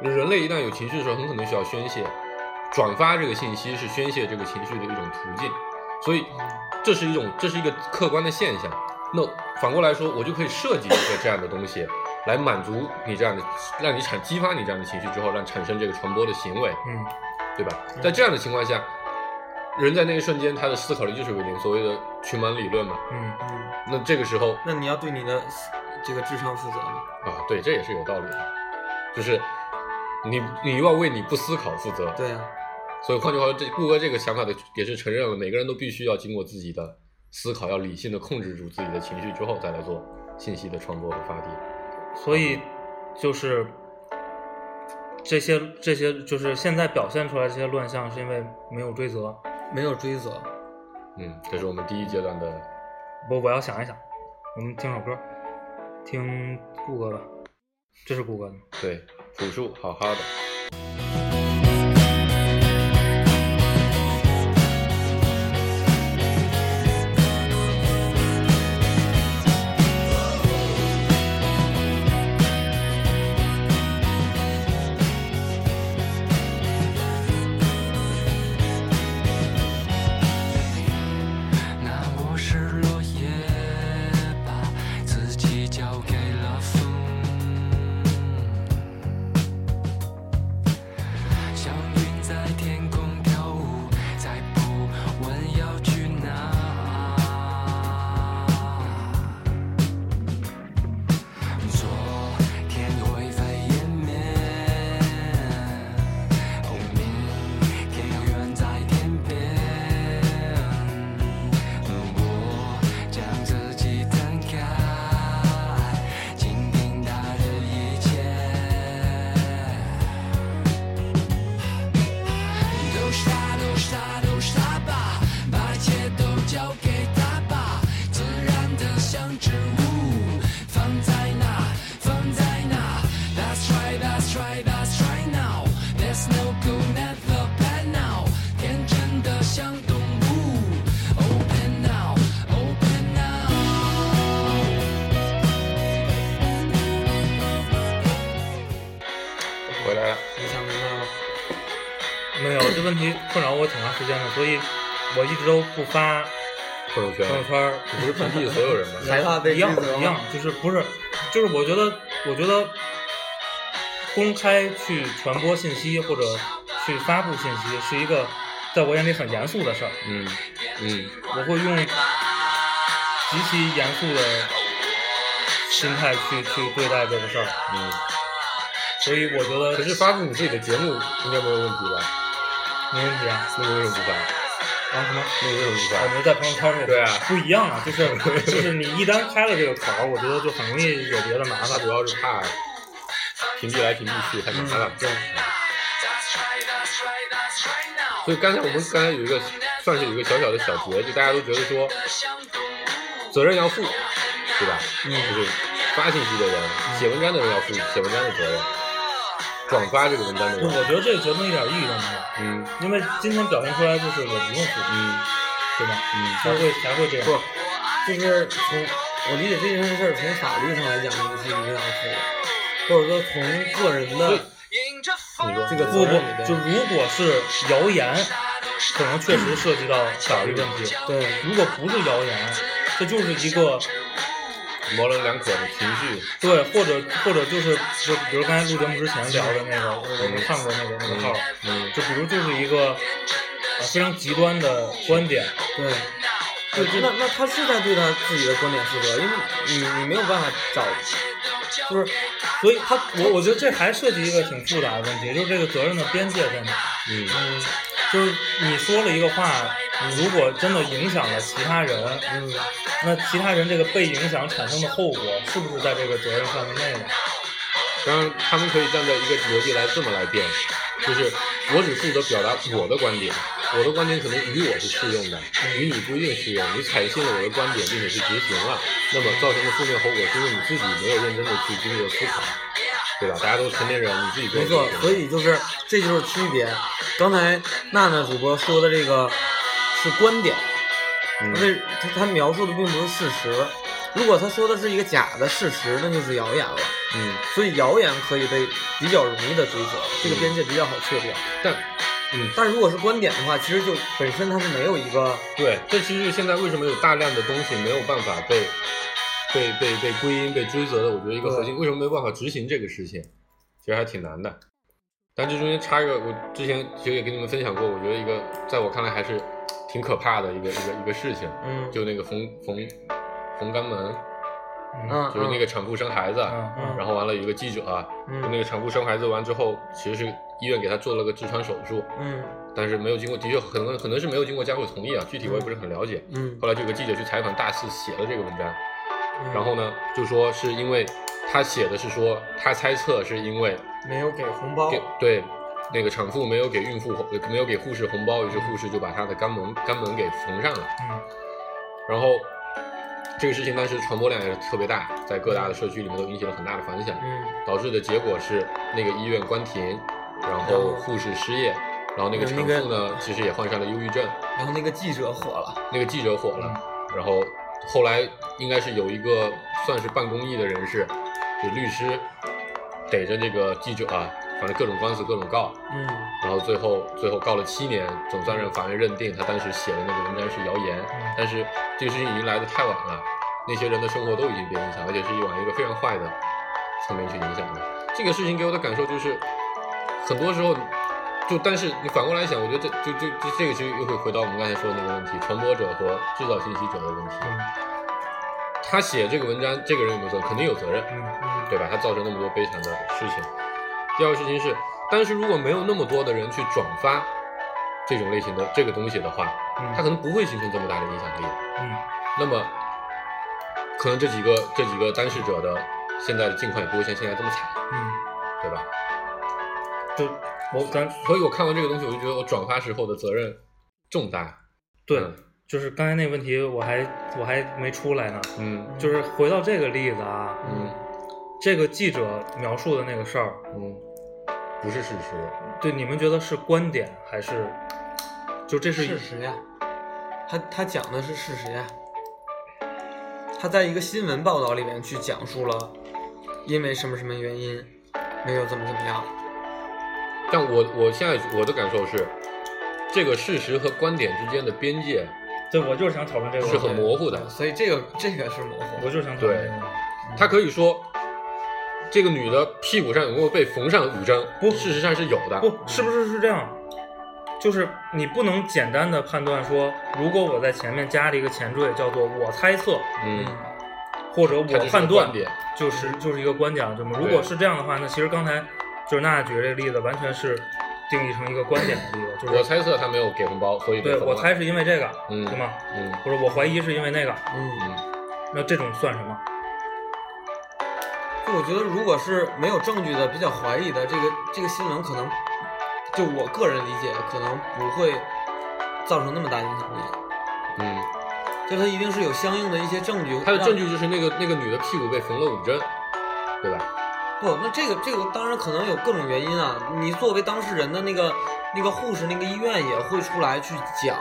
D: 人类一旦有情绪的时候，很可能需要宣泄，转发这个信息是宣泄这个情绪的一种途径，所以这是一种这是一个客观的现象。那反过来说，我就可以设计一个这样的东西，来满足你这样的，让你产激发你这样的情绪之后，让产生这个传播的行为，
C: 嗯
D: 对吧？在这样的情况下，人在那一瞬间他的思考力就是为零，所谓的群盲理论嘛。
C: 嗯，
B: 嗯，
D: 那这个时候
B: 那你要对你的这个智商负责吗？
D: 啊，对，这也是有道理的，就是你你要为你不思考负责。
B: 对呀、啊
D: 所以换句话说，这顾哥这个想法的也是承认了，每个人都必须要经过自己的思考，要理性的控制住自己的情绪之后，再来做信息的传播和发递。
C: 所以就是这些这些就是现在表现出来这些乱象，是因为没有追责。
B: 没有追责。
D: 嗯，这是我们第一阶段的。
C: 不，我要想一想。我们听首歌，听顾哥吧，这是顾哥的。
D: 对，朴树好好的。
E: 那我是落叶吧，自己交给了风。像云在天空飘舞，再不问要去哪。昨天灰飞烟灭，哦，明天远在天边。我将自己摊开，倾听它的一切。都杀，都杀，都杀吧，把一切都交给他吧。自然的像植物，放在那，放在那。That's right, that's right, that's right now. There's no good, never bad now. 天真的像动物，Open now, open now.
D: 回来了，
B: 你想明白吗？
C: 没有，这问题困扰我挺长时间的，所以我一直都不发
D: 朋友圈
C: 朋，友圈儿。
D: 你不是屏蔽了所有人
C: <laughs>
D: 吗？
B: 害怕被
C: 一样
B: 追责吗
C: 一样，就是不是，就是我觉得，我觉得公开去传播信息或者去发布信息是一个在我眼里很严肃的事儿，
D: 嗯嗯，
C: 我会用极其严肃的心态去去对待这个事儿，
D: 嗯，
C: 所以我觉得
D: 可是发布你自己的节目应该没有问题吧？
C: 没问题啊。
D: 那你为什么不发？
C: 然后什么？
D: 那你为什么不
C: 我
D: 发？
C: 们在朋友圈里
D: 对啊
C: 不一样啊，就是
D: <laughs>
C: 就是你一旦开了这个口儿，我觉得就很容易有别的麻
D: 他
C: 烦
D: 主。要是怕屏蔽来屏蔽去，太麻烦了。
B: 对，
D: 嗯所以刚才我们刚才有一个算是有一个小小的小结，就大家都觉得说责任要负，对吧？嗯，就是发信息的人、写文章的人要负写文章的责任，转发这个文章的
C: 就
D: 人，
C: 我觉得这个节目一点意义都没有。
D: 嗯
C: 因为今天表现出来就是我不用付出，
D: 嗯
C: 对吧？才
D: 嗯，
C: 会才会这样。
D: 不，
B: 就是从我理解这件事儿，从法律上来讲，你是一定要负的，或者说从个人的
D: 你说
B: 这个
C: 不
B: 责
C: 不
B: 任里边，
C: 就如果是谣言，可能确实涉及到法律问题；
B: 对，
C: 如果不是谣言，这就是一个
D: 模棱两可的情绪，
C: 对，或者或者就是就比如刚才录节目之前聊的那个，我们看过那个那个号，
D: 嗯
C: 就比如就是一个呃非常极端的观点，
B: 对。对，那那他是在对他自己的观点负责，因为你你没有办法找，就是
C: 所以他我我觉得这还涉及一个挺复杂的问题，就是这个责任的边界在哪。
D: 嗯
B: 嗯
C: 就是你说了一个话，你如果真的影响了其他人，
B: 嗯，
C: 那其他人这个被影响产生的后果，是不是在这个责任范围内呢？
D: 当然他们可以站在一个逻辑来这么来辩，就是我只负责表达我的观点，我的观点可能与我是适用的，与你不一定适用。你采信了我的观点，并且是执行了，那么造成的负面后果是因为你自己没有认真的去经过思考，对吧？大家都成年人，你自己做
B: 没
D: 自己的
B: 错
D: 决定。，
B: 所以就是这就是区别。刚才娜娜主播说的这个是观点，
D: 嗯
B: 为他他描述的并不是事实。如果他说的是一个假的事实，那就是谣言了。
D: 嗯，
B: 所以谣言可以被比较容易的追责，这个边界比较好确定。
D: 但嗯，
B: 但如果是观点的话，其实就本身它是没有一个
D: 对，这其实是现在为什么有大量的东西没有办法被被被被归因、被追责的，我觉得一个核心，为什么没有办法执行这个事情，其实还挺难的。但这中间插一个，我之前其实也跟你们分享过，我觉得一个在我看来还是挺可怕的一个一个一个事情，
B: 嗯
D: 就那个冯冯冯肛门，
C: 嗯
B: 嗯
D: 就是那个产妇生孩子，
C: 嗯嗯
D: 然后完了有一个记者、啊，
B: 嗯
D: 就那个产妇生孩子完之后，其实是医院给她做了个痔疮手术，
B: 嗯
D: 但是没有经过，的确可能可能是没有经过家属同意啊，具体我也不是很了解。
B: 嗯，
D: 后来就有个记者去采访大四写了这个文章，
B: 嗯
D: 然后呢就说是因为他写的是说他猜测是因为
B: 没有给红包
D: 给，对那个产妇没有给孕妇没有给护士红包，于是护士就把她的肛门肛门给缝上了，
C: 嗯
D: 然后这个事情当时传播量也是特别大，在各大的社区里面都引起了很大的反响。
B: 嗯
D: 导致的结果是那个医院关停，然
B: 然后
D: 后护士失业，然后那个
B: 有
D: 产
B: 那个
D: 妇呢，其实也患上了忧郁症，
B: 然后那个记者火了，
D: 那个记者火了，然后后来应该是有一个算是办公益的人士，就律师逮着这个记者啊，反正各种官司各种告，
B: 嗯
D: 然后最后最后告了七年，总算让法院认定他当时写的那个文章是谣言
C: 嗯，
D: 但是这个事情已经来的太晚了，那些人的生活都已经被影响，而且是往一个非常坏的层面去影响的。这个事情给我的感受就是，很多时候就但是你反过来想，我觉得这就就就这个其实又会回到我们刚才说的那个问题，传播者和制造信息者的问题。
C: 嗯
D: 他写这个文章，这个人有没有责任？肯定有责任。
C: 嗯
B: 嗯，
D: 对吧？它造成那么多悲惨的事情。第二个事情是，但是如果没有那么多的人去转发这种类型的这个东西的话，
C: 嗯，
D: 它可能不会形成这么大的影响力。
C: 嗯
D: 那么，可能这几个这几个当事者的现在的境况也不会像现在这么惨，
C: 嗯，
D: 对吧？
C: 就我咱
D: 所以我看完这个东西，我就觉得我转发时候的责任重大。
C: 对
D: 嗯，
C: 就是刚才那问题，我还我还没出来呢。
D: 嗯
C: 就是回到这个例子啊，
D: 嗯
C: 这个记者描述的那个事儿，
D: 嗯，不是事实。
C: 对你们觉得是观点还是就这是
B: 事实呀，他他讲的是事实呀，他在一个新闻报道里面去讲述了因为什么什么原因没有怎么怎么样，
D: 但我我现在我的感受是，这个事实和观点之间的边界
C: 对我就是想讨论这个问
D: 是
C: 题，
D: 很模糊的。
B: 所以这个这个是模糊
C: 我
B: 的，
C: 就是想讨论这个问题。
D: 他可以说，这个女的屁股上有没有被缝上五针？
C: 不
D: 事实上是有的。
C: 不是不是是这样，就是你不能简单的判断说，如果我在前面加了一个前缀，叫做我猜测
D: 嗯，
C: 或者
D: 它
C: 我
D: 就是
C: 判断
D: 观，点。
C: 就是就是一个观点了，对吗？如果是这样的话，那其实刚才就是娜娜举这个例子，完全是定义成一个观点的例子，
D: 嗯我
C: 就是
D: 猜测她没有给红包，所以被
C: 对
D: 缝了
C: 我猜。是因为这个，
D: 嗯
C: 对吗？
D: 嗯
C: 或者我怀疑是因为那个，
B: 嗯。
D: 嗯，
C: 那这种算什么？
B: 就我觉得，如果是没有证据的、比较怀疑的，这个这个新闻可能，就我个人理解，可能不会造成那么大影响力。
D: 嗯，
B: 就它一定是有相应的一些证据。
D: 她的
B: 让
D: 证据就是那个那个女的屁股被缝了五针，对吧？
B: 不，那这个这个当然可能有各种原因啊。你作为当事人的那个那个护士、那个医院也会出来去讲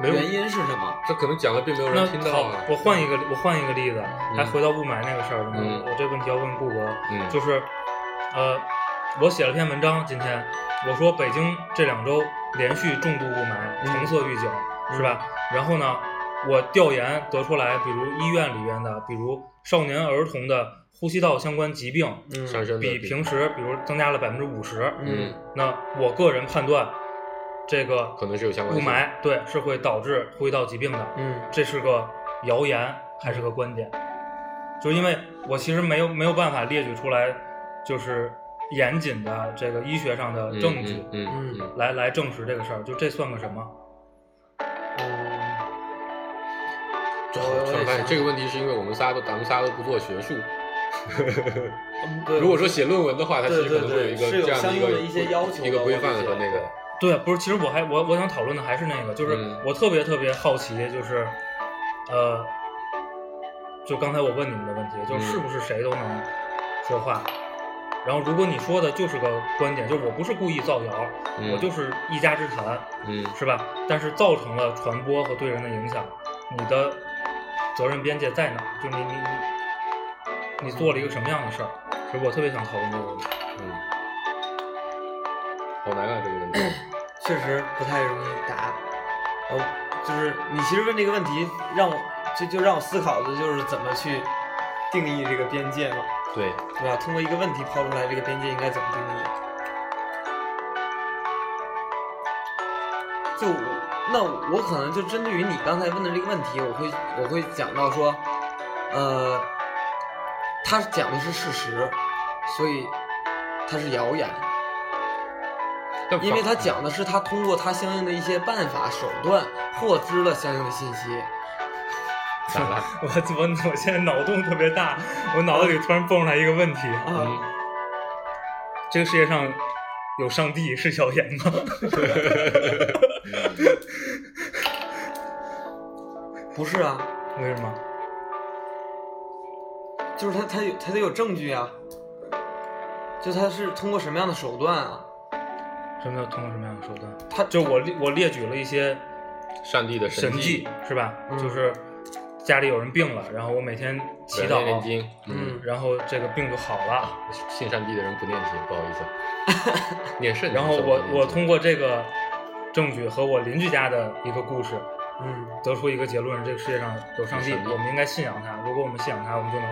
D: 没有
B: 原因是什么。
D: 她可能讲了，并没有
C: 那
D: 人听到
C: 好
D: 啊，。
C: 我换一个，我换一个例子，还回到雾霾那个事儿上
D: 嗯
C: 我这问题要问顾哥，
D: 嗯
C: 就是，呃，我写了篇文章，今天我说北京这两周连续重度雾霾，
B: 嗯
C: 橙色预警，是吧？然后呢，我调研得出来，比如医院里边的，比如少年儿童的呼吸道相关疾病，
D: 上
B: 嗯
D: 身的
C: 比平时比如增加了百分之五十。
B: 嗯
C: 那我个人判断，这个
D: 可能是有相关
C: 雾
D: 性
C: 霾对是会导致呼吸道疾病的。
B: 嗯
C: 这是个谣言还是个观点？就因为我其实没有没有办法列举出来，就是严谨的这个医学上的
D: 嗯
C: 证据
D: 嗯嗯
B: 嗯
D: 嗯，
C: 来来证实这个事儿，就这算个什么？
B: 哦，
D: 这
B: 我我也
D: 反正
B: 想
D: 这个问题是因为我们仨都咱们仨都不做学术。
B: 对
D: 如果说写论文的话，它其实
B: 对对
D: 可能会有一个
B: 对是有
D: 这样
B: 相
D: 一
B: 应
D: 个
B: 的一些要求的
D: 一个规范
B: 我理解
D: 和那个。
C: 对，啊不是，其实我还我我想讨论的还是那个，就是
D: 嗯
C: 我特别特别好奇，就是呃，就刚才我问你们的问题，就
D: 嗯
C: 是不是谁都能说话？然后如果你说的就是个观点，就是我不是故意造谣，
D: 嗯
C: 我就是一家之谈，
D: 嗯
C: 是吧？但是造成了传播和对人的影响，你的责任边界在哪？就你你你你做了一个什么样的事儿？
D: 嗯
C: 其实我特别想讨论这个问题。 <clears throat>
D: 嗯，好难啊这个问题。
B: 确实不太容易答。呃，就是你其实问这个问题，让我这就让我思考的就是怎么去定义这个边界嘛，
D: 对，
B: 对吧？通过一个问题抛出来这个边界应该怎么定义？就我那我可能就针对于你刚才问的这个问题，我会我会讲到说，呃，他讲的是事实，所以它是谣言。
D: 但
B: 因为他
D: 反
B: 讲的是他通过他相应的一些办法手段获知了相应的信息。
D: 咋了？
C: <laughs> 我我我现在脑洞特别大，我脑子里突然蹦出来一个问题：
B: 啊，
D: 嗯，
C: 这个世界上有上帝是谣言吗？ <laughs>
B: 不是啊，
C: 为什么？
B: 就是他他有他得有证据啊，就他是通过什么样的手段啊？
C: 什么叫通过什么样的手段？
B: 他
C: 就我列我列举了一些
D: 上帝的
C: 神
D: 迹，
C: 是吧？
B: 嗯
C: 就是家里有人病了，然后我每天祈
D: 每天念
C: 祷，啊嗯
D: 经，
B: 嗯，
C: 然后这个病就好了。
D: 信上帝的人不念经，不好意
C: <laughs>
D: 思，念圣经。
C: 然后我
D: 怎么不念经
C: 我通过这个证据和我邻居家的一个故事，
B: 嗯
C: 得出一个结论：这个世界上有上帝
D: 有上，帝
C: 我们应该信仰他。如果我们信仰他，我们就能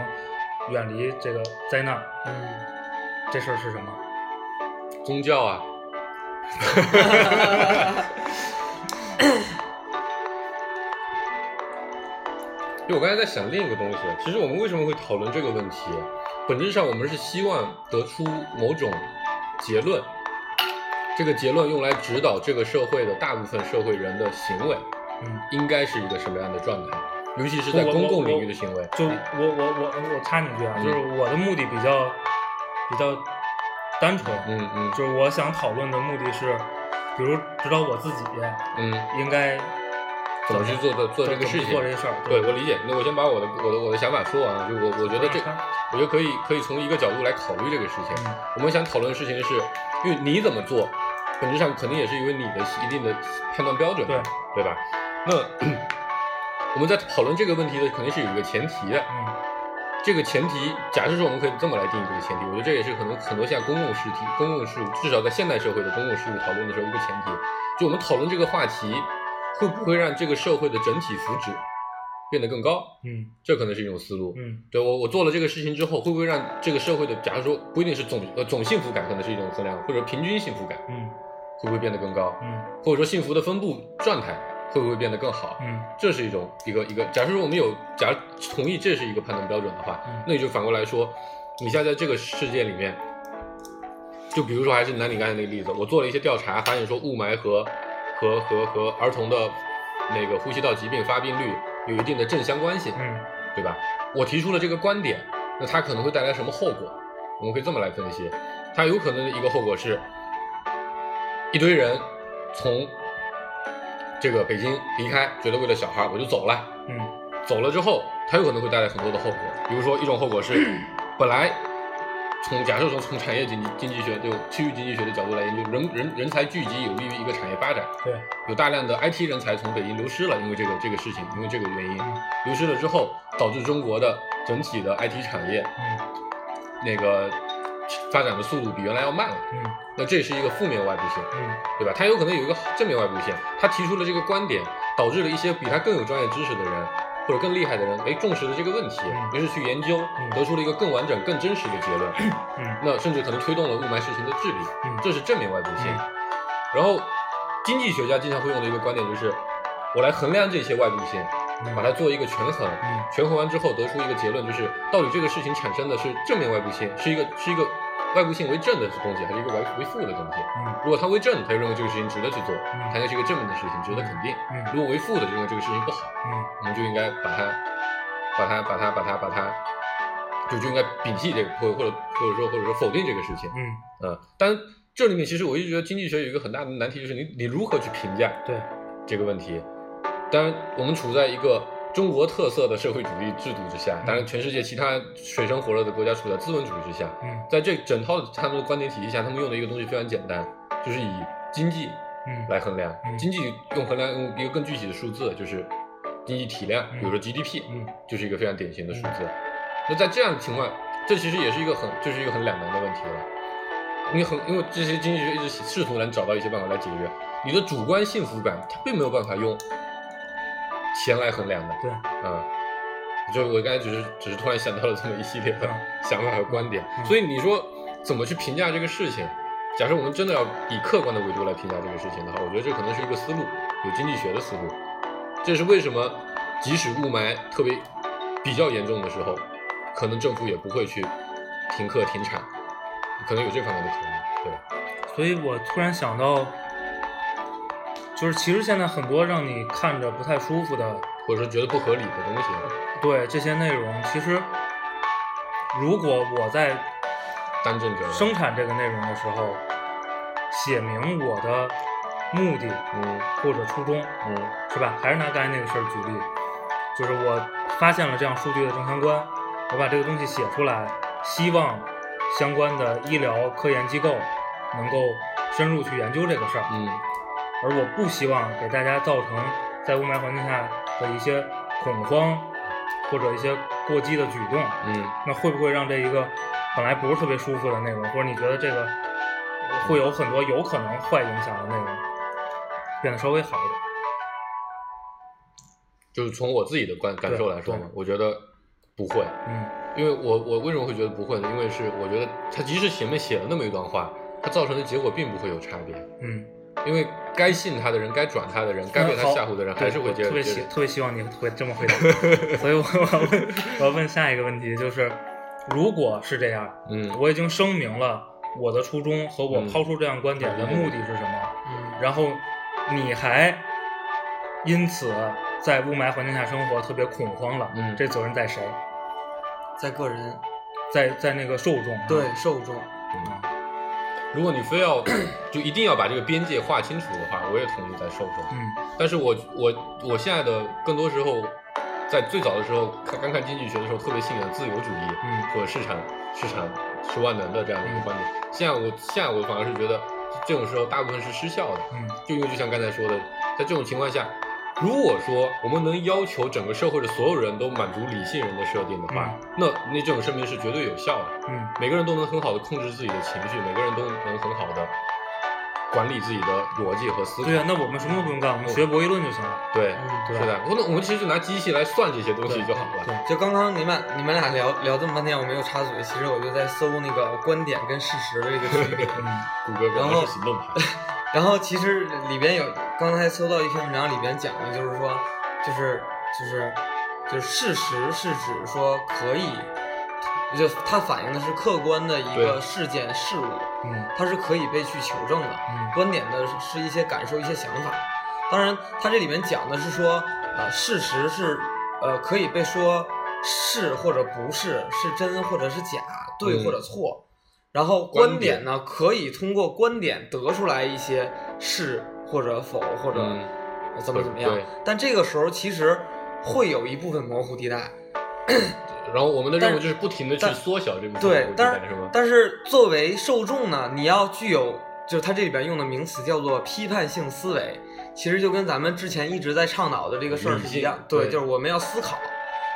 C: 远离这个灾难。
B: 嗯，
C: 这事儿是什么？
D: 宗教啊，因为我刚才在想另一个东西，其实我们为什么会讨论这个问题，本质上我们是希望得出某种结论，这个结论用来指导这个社会的大部分社会人的行为
C: 嗯，
D: 应该是一个什么样的状态，尤其是在
C: 我我
D: 公共领
C: 我
D: 域的行为。
C: 就我我我我插你一句啊，
D: 嗯
C: 就是我的目的比较比较单纯，
D: 嗯嗯
C: 就是我想讨论的目的是，比如指导我自己
D: 嗯，
C: 应该
D: 怎么去做的做这个
C: 怎么
D: 事情？
C: 做这事儿。
D: 对，我理解。那我先把我的我的我的想法说完啊，就我我觉得这，我觉得可以可以从一个角度来考虑这个事情。
C: 嗯
D: 我们想讨论的事情是，因为你怎么做，本质上肯定也是因为你的一定的判断标准，
C: 对，
D: 对吧？那 <clears throat> 我们在讨论这个问题的肯定是有一个前提的，
C: 嗯
D: 这个前提，假设说我们可以这么来定义这个前提，我觉得这也是可能很多现在公共事题、公共事务，至少在现代社会的公共事务讨论的时候一个前提，就我们讨论这个话题，会不会让这个社会的整体福祉变得更高？
C: 嗯
D: 这可能是一种思路。
C: 嗯
D: 对我，我做了这个事情之后，会不会让这个社会的，假如说不一定是总呃总幸福感，可能是一种衡量，或者平均幸福感
C: 嗯
D: 会不会变得更高，
C: 嗯
D: 或者说幸福的分布状态会不会变得更好？
C: 嗯
D: 这是一种一个一个，假如说我们有假如同意这是一个判断标准的话，
C: 嗯
D: 那你就反过来说，你现在在这个世界里面，就比如说还是拿你刚才那个例子，我做了一些调查，发现说雾霾和和和和儿童的那个呼吸道疾病发病率有一定的正相关性，
C: 嗯
D: 对吧？我提出了这个观点，那它可能会带来什么后果？我们可以这么来分析，它有可能的一个后果是，一堆人从这个北京离开，觉得为了小孩我就走了，
C: 嗯
D: 走了之后，它有可能会带来很多的后果，比如说一种后果是，本来从假设说从产业经济经济学就区域经济学的角度来研究，人人人才聚集有利于一个产业发展，
C: 对，
D: 有大量的 IT 人才从北京流失了，因为这个这个事情，因为这个原因流失了之后，导致中国的整体的 IT 产业
C: 嗯
D: 那个发展的速度比原来要慢了。
C: 嗯
D: 那这是一个负面外部性，
C: 嗯
D: 对吧？它有可能有一个正面外部性，他提出了这个观点，导致了一些比他更有专业知识的人或者更厉害的人，哎，重视了这个问题，
C: 嗯
D: 于是去研究，得出了一个更完整、更真实的结论。
C: 嗯
D: 那甚至可能推动了雾霾事情的治理，
C: 嗯
D: 这是正面外部性。
C: 嗯
D: 然后，经济学家经常会用的一个观点就是，我来衡量这些外部性，
C: 嗯，
D: 把它做一个权衡，
C: 嗯
D: 权衡完之后得出一个结论，就是到底这个事情产生的是正面外部性，是一个是一个外部性为正的东西，还是一个为为负的东西？
C: 嗯
D: 如果它为正，他就认为这个事情值得去做，
C: 嗯
D: 它应该是一个正面的事情，值得肯定；
C: 嗯
D: 如果为负的，就认为这个事情不好。
C: 嗯
D: 我们就应该把它，把它，把它，把它，把它，就就应该摒弃这个，或者或者或者说或者说否定这个事情，
C: 嗯
D: 嗯，但这里面其实我一直觉得经济学有一个很大的难题，就是你你如何去评价
C: 对
D: 这个问题。当然，我们处在一个中国特色的社会主义制度之下，当然全世界其他水深火热的国家处在资本主义之下，
C: 嗯
D: 在这整套他们的观点体系下，他们用的一个东西非常简单，就是以经济
C: 嗯
D: 来衡量，
C: 嗯
D: 经济用衡量用一个更具体的数字，就是经济体量，
C: 嗯
D: 比如说 GDP，、
C: 嗯
D: 就是一个非常典型的数字。那在这样的情况，这其实也是一个很，就是一个很两难的问题了。因为很，因为这些经济学一直试图能找到一些办法来解决，你的主观幸福感，它并没有办法用钱来衡量的。
C: 对，
D: 啊，就我刚才只是只是突然想到了这么一系列的
C: 嗯
D: 想法和观点，
C: 嗯
D: 所以你说怎么去评价这个事情？假设我们真的要以客观的维度来评价这个事情的话，我觉得这可能是一个思路，有经济学的思路。这是为什么，即使雾霾特别比较严重的时候，可能政府也不会去停课停产，可能有这方面的考虑，对吧？
C: 所以我突然想到，就是其实现在很多让你看着不太舒服的，
D: 或者说觉得不合理的东西，啊
C: 对这些内容，其实如果我在
D: 单证者
C: 生产这个内容的时候，写明我的目的
D: 嗯
C: 或者初衷，
D: 嗯
C: 是吧？还是拿刚才那个事儿举例，就是我发现了这样数据的正相关，我把这个东西写出来，希望相关的医疗科研机构能够深入去研究这个事儿。
D: 嗯
C: 而我不希望给大家造成在雾霾环境下的一些恐慌或者一些过激的举动。
D: 嗯
C: 那会不会让这一个本来不是特别舒服的内容，或者你觉得这个呃会有很多有可能坏影响的内容，变得稍微好一点？
D: 就是从我自己的观感受来说嘛
C: 对，
D: 我觉得不会，
C: 嗯
D: 因为我我为什么会觉得不会呢？因为是我觉得他即使前面写了那么一段话，它造成的结果并不会有差别，
C: 嗯，
D: 因为该信他的人、该转他的人、该被他
C: 好
D: 吓唬的人，还
C: 对
D: 是会
C: 我
D: 接
C: 特别
D: 着
C: 希
D: 接着。
C: 特别希望你会这么回答，所以我 <laughs> 我要问我要问下一个问题，就是如果是这样，
D: 嗯，
C: 我已经声明了我的初衷和我
D: 嗯
C: 抛出这样观点的目的是什么，
B: 嗯，
C: 然后你还因此在雾霾环境下生活特别恐慌了，
D: 嗯
C: 这责任在谁？
B: 在个人
C: 在在那个受众啊
B: 嗯对受众，
D: 如果你非要就一定要把这个边界划清楚的话，我也同意在受众。
C: 嗯
D: 但是我我我现在的更多时候，在最早的时候看刚看经济学的时候，特别信仰自由主义，
C: 嗯
D: 或者市场市场是万能的这样的一个观点。现在我现在我反而是觉得这种时候大部分是失效的，
C: 嗯
D: 就因为就像刚才说的，在这种情况下，如果说我们能要求整个社会的所有人都满足理性人的设定的话，那那这种声明是绝对有效的。
C: 嗯
D: 每个人都能很好的控制自己的情绪，每个人都能很好的管理自己的逻辑和思考。
C: 对呀、那我们什么都不用干，我
D: 哦
C: 们学博弈论就行了。
D: 对
B: 嗯，
C: 对啊
D: 是的，我们我们其实就拿机器来算这些东西就好了。
C: 对，
B: 就刚刚你们你们俩聊聊这么半天，我没有插嘴，其实我就在搜那个观点跟事实的这个区 <laughs> 别。
C: 嗯
D: 谷歌
B: 然
D: 果
B: 后
D: 然是行动派。
B: 然后其实里边有，刚才搜到一篇文章，里边讲的就是说，就是就是就是事实是指说可以，就它反映的是客观的一个
D: 对
B: 事件事物，
C: 嗯
B: 它是可以被去求证的。
C: 嗯
B: 观点的是一些感受、一些想法。当然，它这里面讲的是说，呃，事实是呃可以被说是或者不是，是真或者是假，对
D: 嗯
B: 或者错。然后
D: 观
B: 观点呢，可以通过观点得出来一些是或者否或者
D: 嗯
B: 怎么怎么样
D: 对。
B: 但这个时候其实会有一部分模糊地带。
D: 然后我们的任务
B: 但
D: 就是不停的去
B: 但
D: 缩小这个
B: 对，但
D: 是吗？
B: 但是作为受众呢，你要具有，就是它这里边用的名词叫做批判性思维，其实就跟咱们之前一直在倡导的这个事儿
D: 理
B: 是
D: 性
B: 一样。对，
D: 对
B: 就是我们要思考。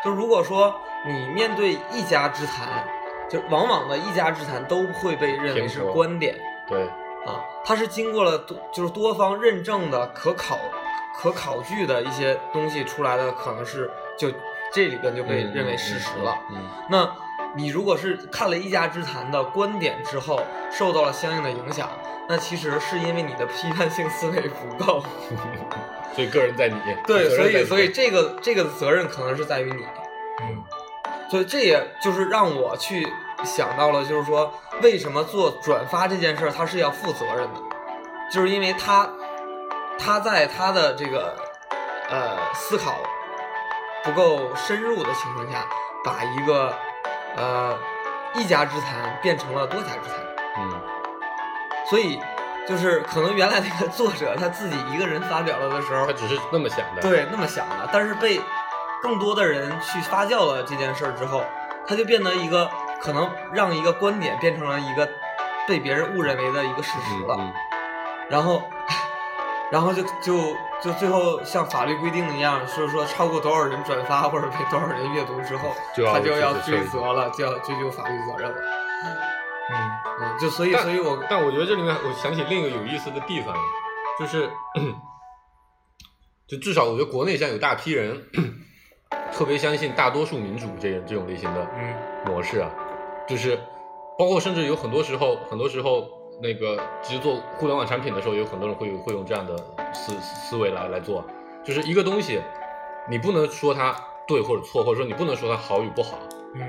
B: 就如果说你面对一家之谈，就往往的一家之谈都会被认为
D: 偏
B: 是
D: 颇
B: 观点
D: 对，
B: 啊，它是经过了多就是多方认证的可考可考据的一些东西出来的，可能是就这里边就被
D: 嗯
B: 认为
D: 嗯
B: 事
D: 嗯
B: 实
D: 嗯
B: 了。
D: 嗯，
B: 那你如果是看了一家之谈的观点之后，受到了相应的影响，那其实是因为你的批判性思维不够。 <laughs>
D: 所以个人在你
B: 对，
D: 责任
B: 所
D: 在
B: 以
D: 你
B: 所以这个这个责任可能是在于你。
C: 嗯
B: 所以这也就是让我去想到了，就是说为什么做转发这件事儿他是要负责任的，就是因为他他在他的这个呃思考不够深入的情况下，把一个呃一家之谈变成了多家之谈，
D: 嗯
B: 所以就是可能原来那个作者他自己一个人发表了的时候
D: 他，只是那么想的。，
B: 对，那么想的，但是被更多的人去发酵了这件事儿之后，他就变得一个可能让一个观点变成了一个被别人误认为的一个事实
D: 嗯
B: 了，
D: 嗯，
B: 然后，然后就就就最后像法律规定一样，说说超过多少人转发或者被多少人阅读之后，
D: 就要
B: 他就要
D: 追责
B: 追责了，就要追究法律责任了。
C: 嗯
B: 嗯，就所以
D: 但
B: 所以我
D: 嗯但我觉得这里面我想起另一个有意思的地方，就是就至少我觉得国内现在有大批人 <coughs> 特别相信大多数民主这这种类型的
C: 嗯
D: 模式啊，就是包括甚至有很多时候，很多时候那个其实做互联网产品的时候，有很多人会会用这样的思思维来来做，啊就是一个东西，你不能说它对或者错，或者说你不能说它好与不好，
C: 嗯，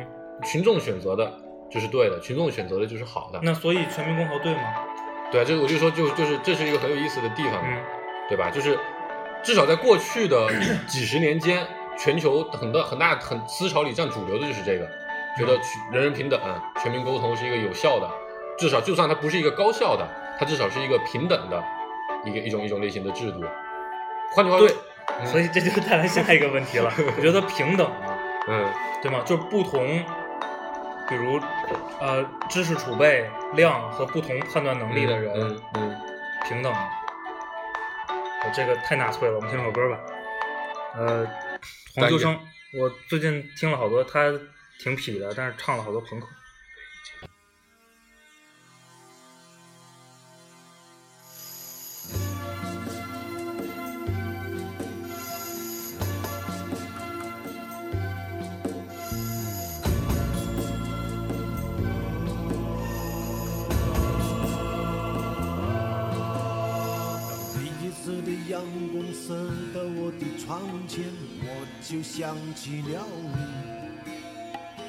D: 群众选择的就是对的，群众选择的就是好的。
C: 那所以全民公投对吗？
D: 对啊，这我就说就就是这是一个很有意思的地方，
C: 嗯
D: 对吧？就是至少在过去的 <clears throat> 几十年间，全球很大很大很思潮里占主流的就是这个，觉得全人人平等、啊全民沟通是一个有效的，至少就算它不是一个高效的，它至少是一个平等的一个一种一种类型的制度。换句话说
C: 对，所以这就带来下一个问题
D: <laughs>
C: 了。我觉得平等啊，
D: 嗯
C: 对吗？就是不同，比如呃知识储备量和不同判断能力的人、
D: 嗯嗯
C: 平等吗。我这个太纳粹了，我们听首歌吧。呃，黄秋生，我最近听了好多，他挺痞的，但是唱了好多朋克。
F: 第一次的阳光射到我的窗前，我就想起了你。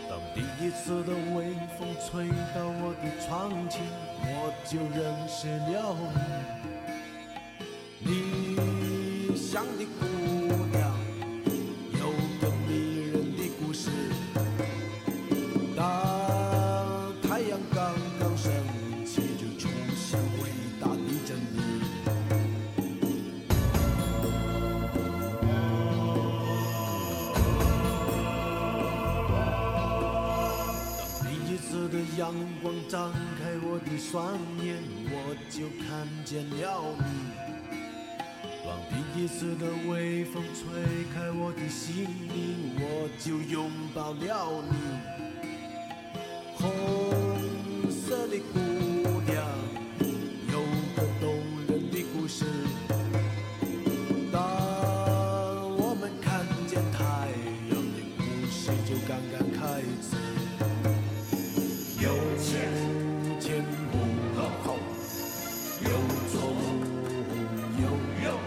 F: 当第一次的微风吹到我的窗前，我就认识了你。你像的姑娘，有个迷人的故事。当太阳刚刚升起，就冲向伟大的真理。第一次的阳光张开我的双眼，我就看见了你。当第一次的微风吹开我的心灵，我就拥抱了你。红色的姑娘，有个动人的故事。当我们看见太阳的故事就刚刚开始。有钱前不后，有左有右，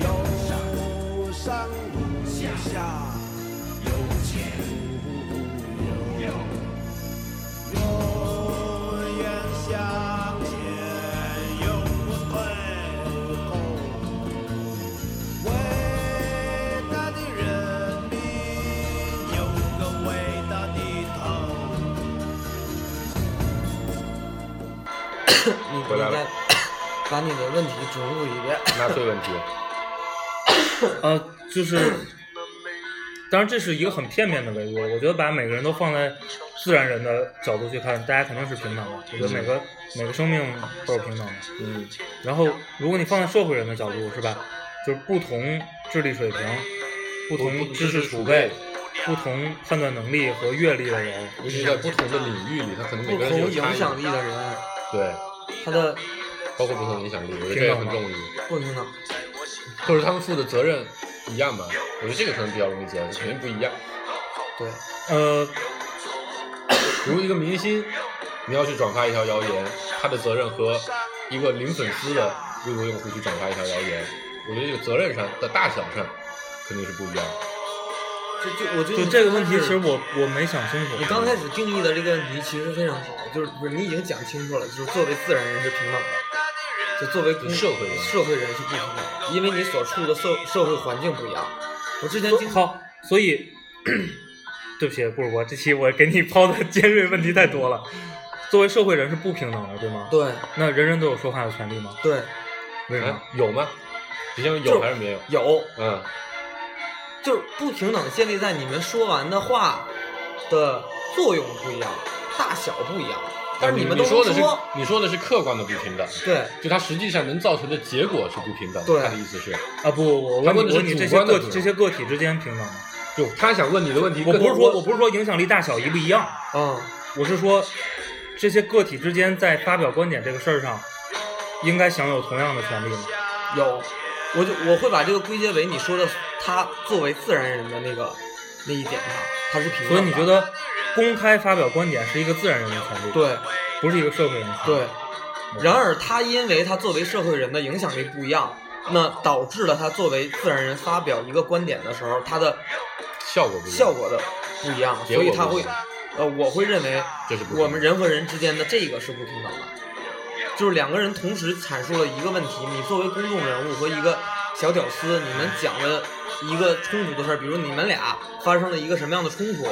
F: 有上无下，有前有右，有远向前，有退后。伟大的人民有个伟大的头。
B: 你不
D: 回来
B: 应
D: 了
B: 该把你的问题重复一遍。
D: 纳粹问题，
C: 呃，就是，当然这是一个很片面的维度，我觉得把每个人都放在自然人的角度去看，大家肯定是平等的。我觉得每个每个生命都是平等的。
D: 嗯
C: 然后，如果你放在社会人的角度，是吧？就是不同智力水平、 <laughs> 不同知识储备、不同判断能力和阅历的人，
D: 尤其是在不同的领域里，它可能每
B: 不
D: 个人
B: 同
D: 是有差
B: 影
D: 异
B: 响力的人，
D: 对，
B: 他的
D: 包括不同影响力，我觉得这也很重要。
B: 不平等。
D: 或者他们负的责任一样吧？我觉得这个可能比较容易解释，肯定不一样。
B: 对，
C: 呃，
D: 比如一个明星，你要去转发一条谣言，他的责任和一个零粉丝的微博用户去转发一条谣言，我觉得这个责任上的大小上肯定是不一样的。
B: 就就我觉得
C: 就
B: 你
C: 这个问题，
B: 刚开
C: 其
B: 始
C: 实我我没想清楚。
B: 你刚开始定义的这个问题其实非常好，就是不是你已经讲清楚了，就是作为自然人是平等的，就作为公
D: 社会人
B: 社会人是不平等的，因为你所处的社社会环境不一样。我之前经常
C: 好，所以对不起，顾主播，这期我给你抛的尖锐问题太多了。作为社会人是不平等的，对吗？
B: 对
C: 那人人都有说话的权利吗？
B: 对
C: 为啥
D: 哎？，有吗？你像
B: 嗯就
D: 有还是没有？
B: 有，
D: 嗯，
B: 就是不平等建立在你们说完的话的作用不一样，大小不一样，但是
D: 你
B: 们都能
D: 说的是
B: 说
D: 你说的是客观的不平等，
B: 对。
D: 就它实际上能造成的结果是不平等的。
B: 对
D: 他的意思是，
C: 啊不，我
D: 他
C: 问
D: 问
C: 你，
D: 的是主观
C: 问你这些
D: 的
C: 个
D: 不
C: 体
D: 是
C: 这些个体之间平等吗？
D: 就他想问你的问题，
C: 我
D: 更
C: 不是说我不是说影响力大小一不一样，
B: 嗯，
C: 我是说这些个体之间在发表观点这个事儿上，应该享有同样的权利吗？
B: 有，我就我会把这个归结为你说的他作为自然人的那个那一点上，他是平等的。
C: 所以你觉得公开发表观点是一个自然人的权利，，
B: 对
C: 不是一个社会人的权利
B: 对？。然而他因为他作为社会人的影响力不一样，那导致了他作为自然人发表一个观点的时候，他的
D: 效果不一样
B: 效果的不一样，
D: 结
B: 所
D: 果
B: 以他
D: 不
B: 会
D: 一样，
B: 呃，我会认为
D: 这是不
B: 我们人和人之间的这个是不平等的，就是两个人同时阐述了一个问题，你作为公众人物和一个小屌丝，你们讲了一个冲突的事儿，比如你们俩发生了一个什么样的冲突，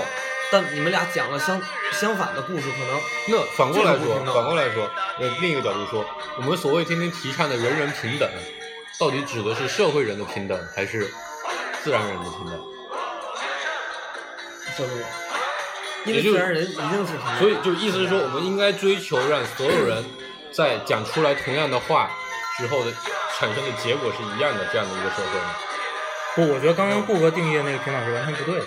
B: 但你们俩讲了相相反的故事，可能
D: 那反过来
B: 这个不
D: 说
B: 平，等
D: 反过来说，呃，另一个角度说，我们所谓天天提倡的人人平等，到底指的是社会人的平等，还是自然人的平等？
B: 社会人，因为
D: 也就
B: 自然人一定是平等，
D: 所以就意思是说，我们应该追求让所有人在讲出来同样的话之后的产生的结果是一样的，这样的一个社会吗？
C: 不，我觉得刚刚顾哥定义的那个平等是完全不对的，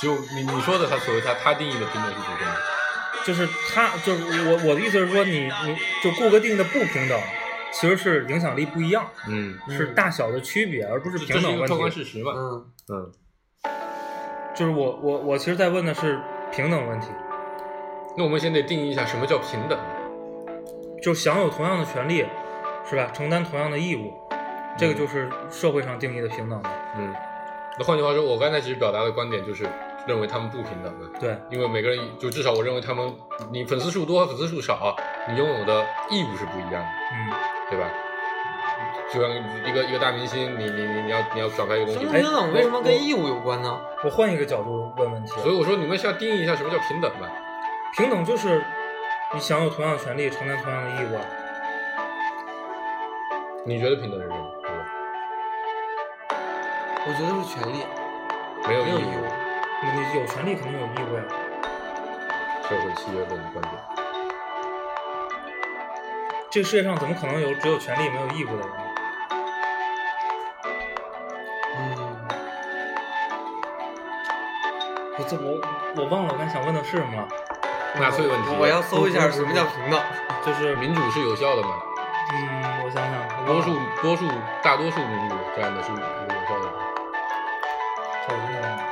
D: 就你你说的他所谓他他定义的平等是什么？
C: 嗯就是他就是我我的意思是说你你就顾哥定义的不平等，其实是影响力不一样，
D: 嗯，
B: 嗯
C: 是大小的区别，而不是
D: 这
C: 平
D: 是一
C: 等
D: 个
C: 问
D: 客观
C: 题。
D: 事实嘛？
B: 嗯，
D: 嗯，
C: 就是我我我其实在问的是平等问题，
D: 那我们先得定义一下什么叫平等。
C: 就享有同样的权利，是吧？承担同样的义务，这个就是社会上定义的平等的。
D: 嗯，那换句话说，我刚才其实表达的观点就是认为他们不平等的，
C: 对，
D: 因为每个人就至少我认为他们，你粉丝数多粉丝数少，你拥有的义务是不一样的，
C: 嗯，
D: 对吧？就像一个一个大明星，你你你你要你要转发一个东
B: 什
D: 西
B: 么，
C: 哎
B: 平等为什么跟义务有关呢？
C: 我换一个角度问问题，
D: 所以我说你们需要定义一下什么叫平等吧。
C: 平等就是你享有同样的权利，承担同样的义务啊。
D: 你觉得平等是什么？对
B: 我觉得是权利，
D: 吧没有
B: 没
D: 义
B: 有义
D: 务，
B: 务。
C: 那你有权利肯定有义务呀。
D: 社会契约论的观点。
C: 这个世界上怎么可能有只有权利没有义务的人呢？
B: 嗯，
C: 我这我我忘了我刚想问的是什么了，
D: 纳粹问题，
B: 嗯我要搜一下什么叫平等。
C: 就是
D: 民主是有效的嘛？
C: 嗯，我想想，
D: 多数多数大多数民主这样的是有效的吗？
C: 讨论，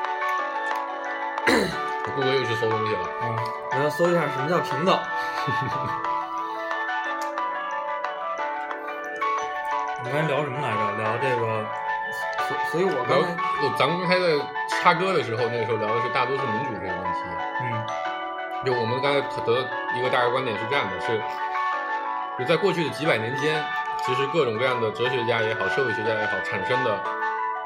D: 我顾哥又去搜东西了。
C: 嗯，
B: 我要搜一下什么叫平等。
C: 我们刚才聊什么来着？聊这个，
B: 所所以，我
D: 然
B: 刚
D: 后
B: 才
D: 我咱们刚才在插歌的时候，那个时候聊的是大多数民主这个问题。
C: 嗯
D: 就我们刚才得一个大概观点是这样的，是就在过去的几百年间，其实各种各样的哲学家也好，社会学家也好，产生的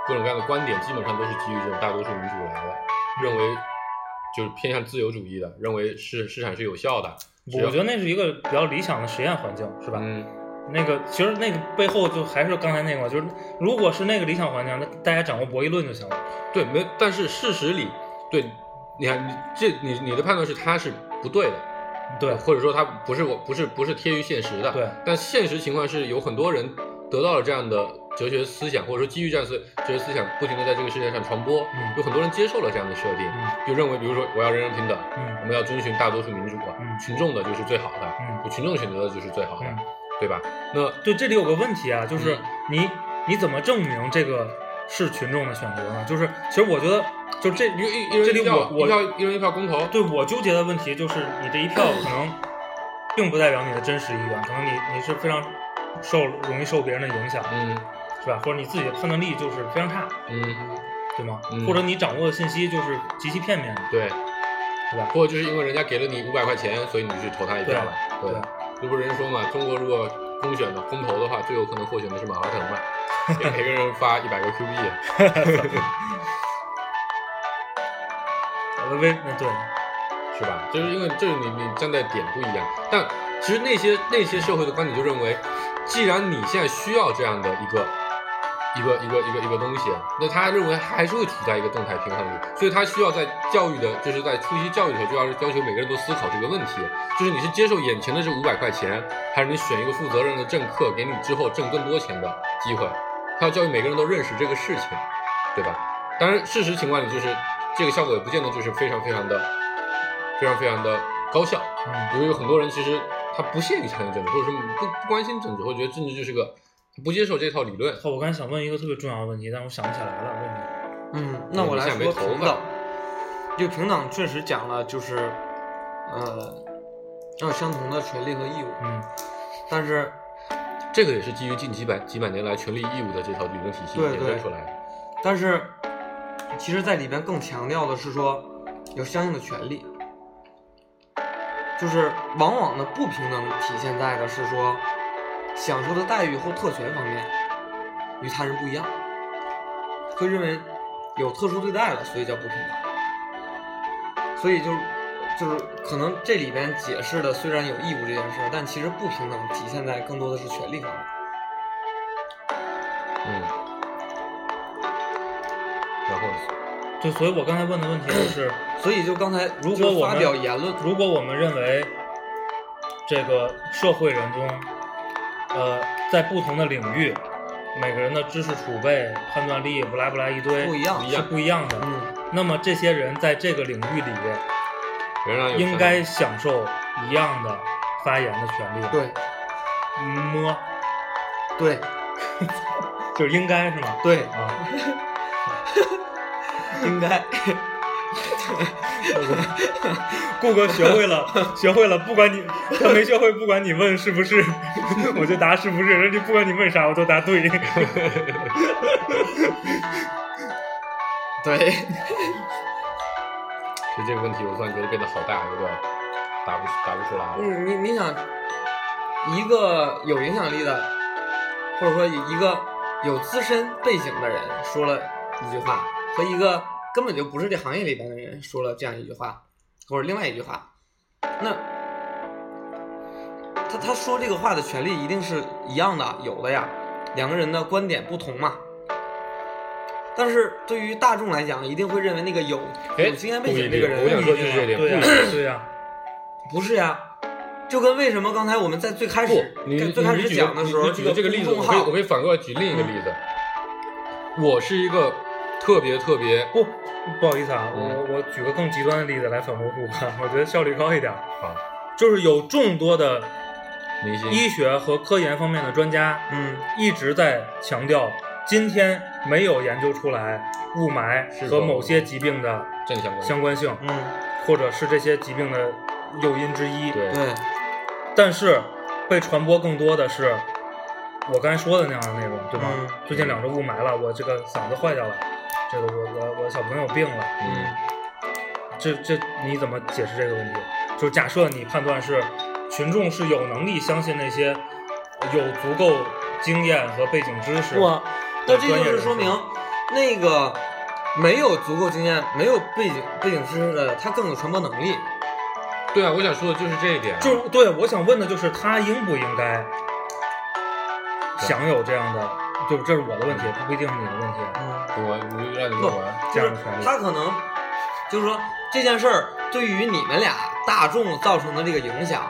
D: 各种各样的观点，基本上都是基于这种大多数民主来的，认为就是偏向自由主义的，认为市市场是有效的。只要
C: 我觉得那是一个比较理想的实验环境，是吧？
D: 嗯，
C: 那个其实那个背后就还是刚才那个嘛，就是如果是那个理想环境，那大家掌握博弈论就行了。
D: 对，没，但是事实里，对，你看你这你你的判断是它是不对的，
C: 对，
D: 呃或者说它不是我不是不是贴于现实的，
C: 对
D: 但现实情况是有很多人得到了这样的哲学思想，或者说基于这样思哲学思想，不停的在这个世界上传播，
C: 嗯
D: 有很多人接受了这样的设定，
C: 嗯
D: 就认为比如说我要人人平等，我
C: 嗯
D: 们要遵循大多数民主啊，
C: 嗯
D: 群众的就是最好的，
C: 嗯
D: 就群众选择的就是最好的，
C: 嗯，
D: 对吧？那
C: 对，这里有个问题啊，就是
D: 嗯
C: 你你怎么证明这个是群众的选择呢？就是其实我觉得，就这
D: 一一
C: 这
D: 人
C: 里
D: 一票，一
C: 我我
D: 票一人一票公投，
C: 对我纠结的问题就是，你这一票可能并不代表你的真实意愿，可能你你是非常受容易受别人的影响，
D: 嗯
C: 是吧？或者你自己的判断力就是非常差，
D: 嗯，
C: 对吗？
D: 嗯
C: 或者你掌握的信息就是极其片面的，
D: 对，
C: 对吧？
D: 或者就是因为人家给了你五百块钱，所以你去投他一票了，对
C: 对
D: 这不是人说嘛，中国如果公选的公投的话，最有可能获选的是马化腾嘛，给每个人发一百个 Q 币。
C: 呃微那对，
D: 是吧？就是因为这是你你站在点不一样，但其实那些那些社会的观点就认为，既然你现在需要这样的一个一个一个一个一个东西，那他认为还是会处在一个动态平衡里，所以他需要在教育的，就是在初期教育的时候就要要求每个人都思考这个问题，就是你是接受眼前的这五百块钱，还是你选一个负责任的政客给你之后挣更多钱的机会？他要教育每个人都认识这个事情，对吧？当然，事实情况里就是这个效果也不见得就是非常非常的、非常非常的高效，
C: 嗯
D: 因为有很多人其实他不屑于参与政治，或者说不不关心政治，或者觉得政治就是个他不接受这套理论。
C: 我刚才想问一个特别重要的问题，但我想不起来了，为什么？
B: 嗯，那我来说平等，就平等确实讲了，就是，呃，要有相同的权利和义务，
C: 嗯，
B: 但是
D: 这个也是基于近几百几百年来权利义务的这套理论体系
B: 对
D: 衍
B: 对
D: 生出来的。
B: 但是，其实在里边更强调的是说有相应的权利，就是往往的不平等体现在的是说享受的待遇或特权方面与他人不一样，会认为有特殊对待了，所以叫不平等。所以就就是可能这里边解释的虽然有义务这件事儿，但其实不平等体现在更多的是权利方面。
D: 嗯，然后呢
C: 嗯就所以，我刚才问的问题就是，
B: 所以就刚才
C: 如
B: 就
C: 果
B: 是
C: 我
B: 发
C: 们
B: 表言论，
C: 如果我们认为这个社会人中，呃，在不同的领域，每个人的知识储备、判断力，不拉不拉一堆，
B: 不一样
C: 是不一样的。
B: 嗯。
C: 那么这些人在这个领域里，
D: 仍然有
C: 应该享受一样的发言的权利。，
B: 对
C: 么
B: 对
C: 就是应该
B: <laughs>
C: 是吗？
B: 对，
C: 啊，
B: 应该
C: 顾哥学会了， <laughs> 学会了，不管你他没学会，不管你问是不是， <laughs> 我就答是不是，人家不管你问啥，我都答 <laughs> 对。啊
B: 对，
D: 就这个问题，我突然觉得变得好大，有点答不答不出来了。
B: <laughs> 嗯，你你想，一个有影响力的，或者说一个有资深背景的人说了一句话，和一个根本就不是这行业里边的人说了这样一句话，或者另外一句话，那他他说这个话的权利一定是一样的，有的呀，两个人的观点不同嘛。但是对于大众来讲，一定会认为那个有
D: 哎
B: 有经验
D: 不
B: 背景
D: 一
B: 这
D: 定
B: 个，人
D: 我想说就是这点，
B: 啊
C: 对呀、啊
D: 不一定
C: 对呀、
B: 不是呀，就跟为什么刚才我们在最开
D: 不
B: 始，
D: 你
B: 哎最开
D: 你
B: 始
D: 举
B: 讲的时候，
D: 你举的这个例子，
B: 公
D: 我
B: 众
D: 可以
B: 号
D: 我可以反过来举另一个例子。我是一个特别特别
C: 不，哦不好意思啊，
D: 嗯
C: 我我举个更极端的例子来反驳顾哥，我觉得效率高一点。
D: 好，
C: 就是有众多的
D: 啊明星，
C: 医学和科研方面的专家，
B: 嗯，
C: 一直在强调，今天没有研究出来雾霾
D: 是
C: 和
D: 否嗯
C: 某些疾病的
D: 正相关，
C: 相关性，
B: 嗯，
C: 或者是这些疾病的诱因之一。
D: 对
B: 对，
C: 但是被传播更多的是我刚才说的那样的内容，对吧？
B: 嗯
C: 最近两周雾霾了，我这个嗓子坏掉了，这个我我我小朋友病了，
D: 嗯，
C: 这这你怎么解释这个问题？就是假设你判断是群众是有能力相信那些有足够经验和背景知识，
B: 哇，那这就
C: 专业人
B: 是
C: 士
B: 说明那个没有足够经验、没有背景背景知识的，他更有传播能力。
D: 对啊，我想说的就是这一点啊。
C: 就是对我想问的就是他应不应该享有这样的，就是这是我的问题，不一定是你的问题。
B: 嗯，
D: 我我让你
B: 不
D: 问完，
B: 就
C: 这
B: 是
C: 样的权利
B: 他可能就是说这件事儿对于你们俩大众造成的这个影响，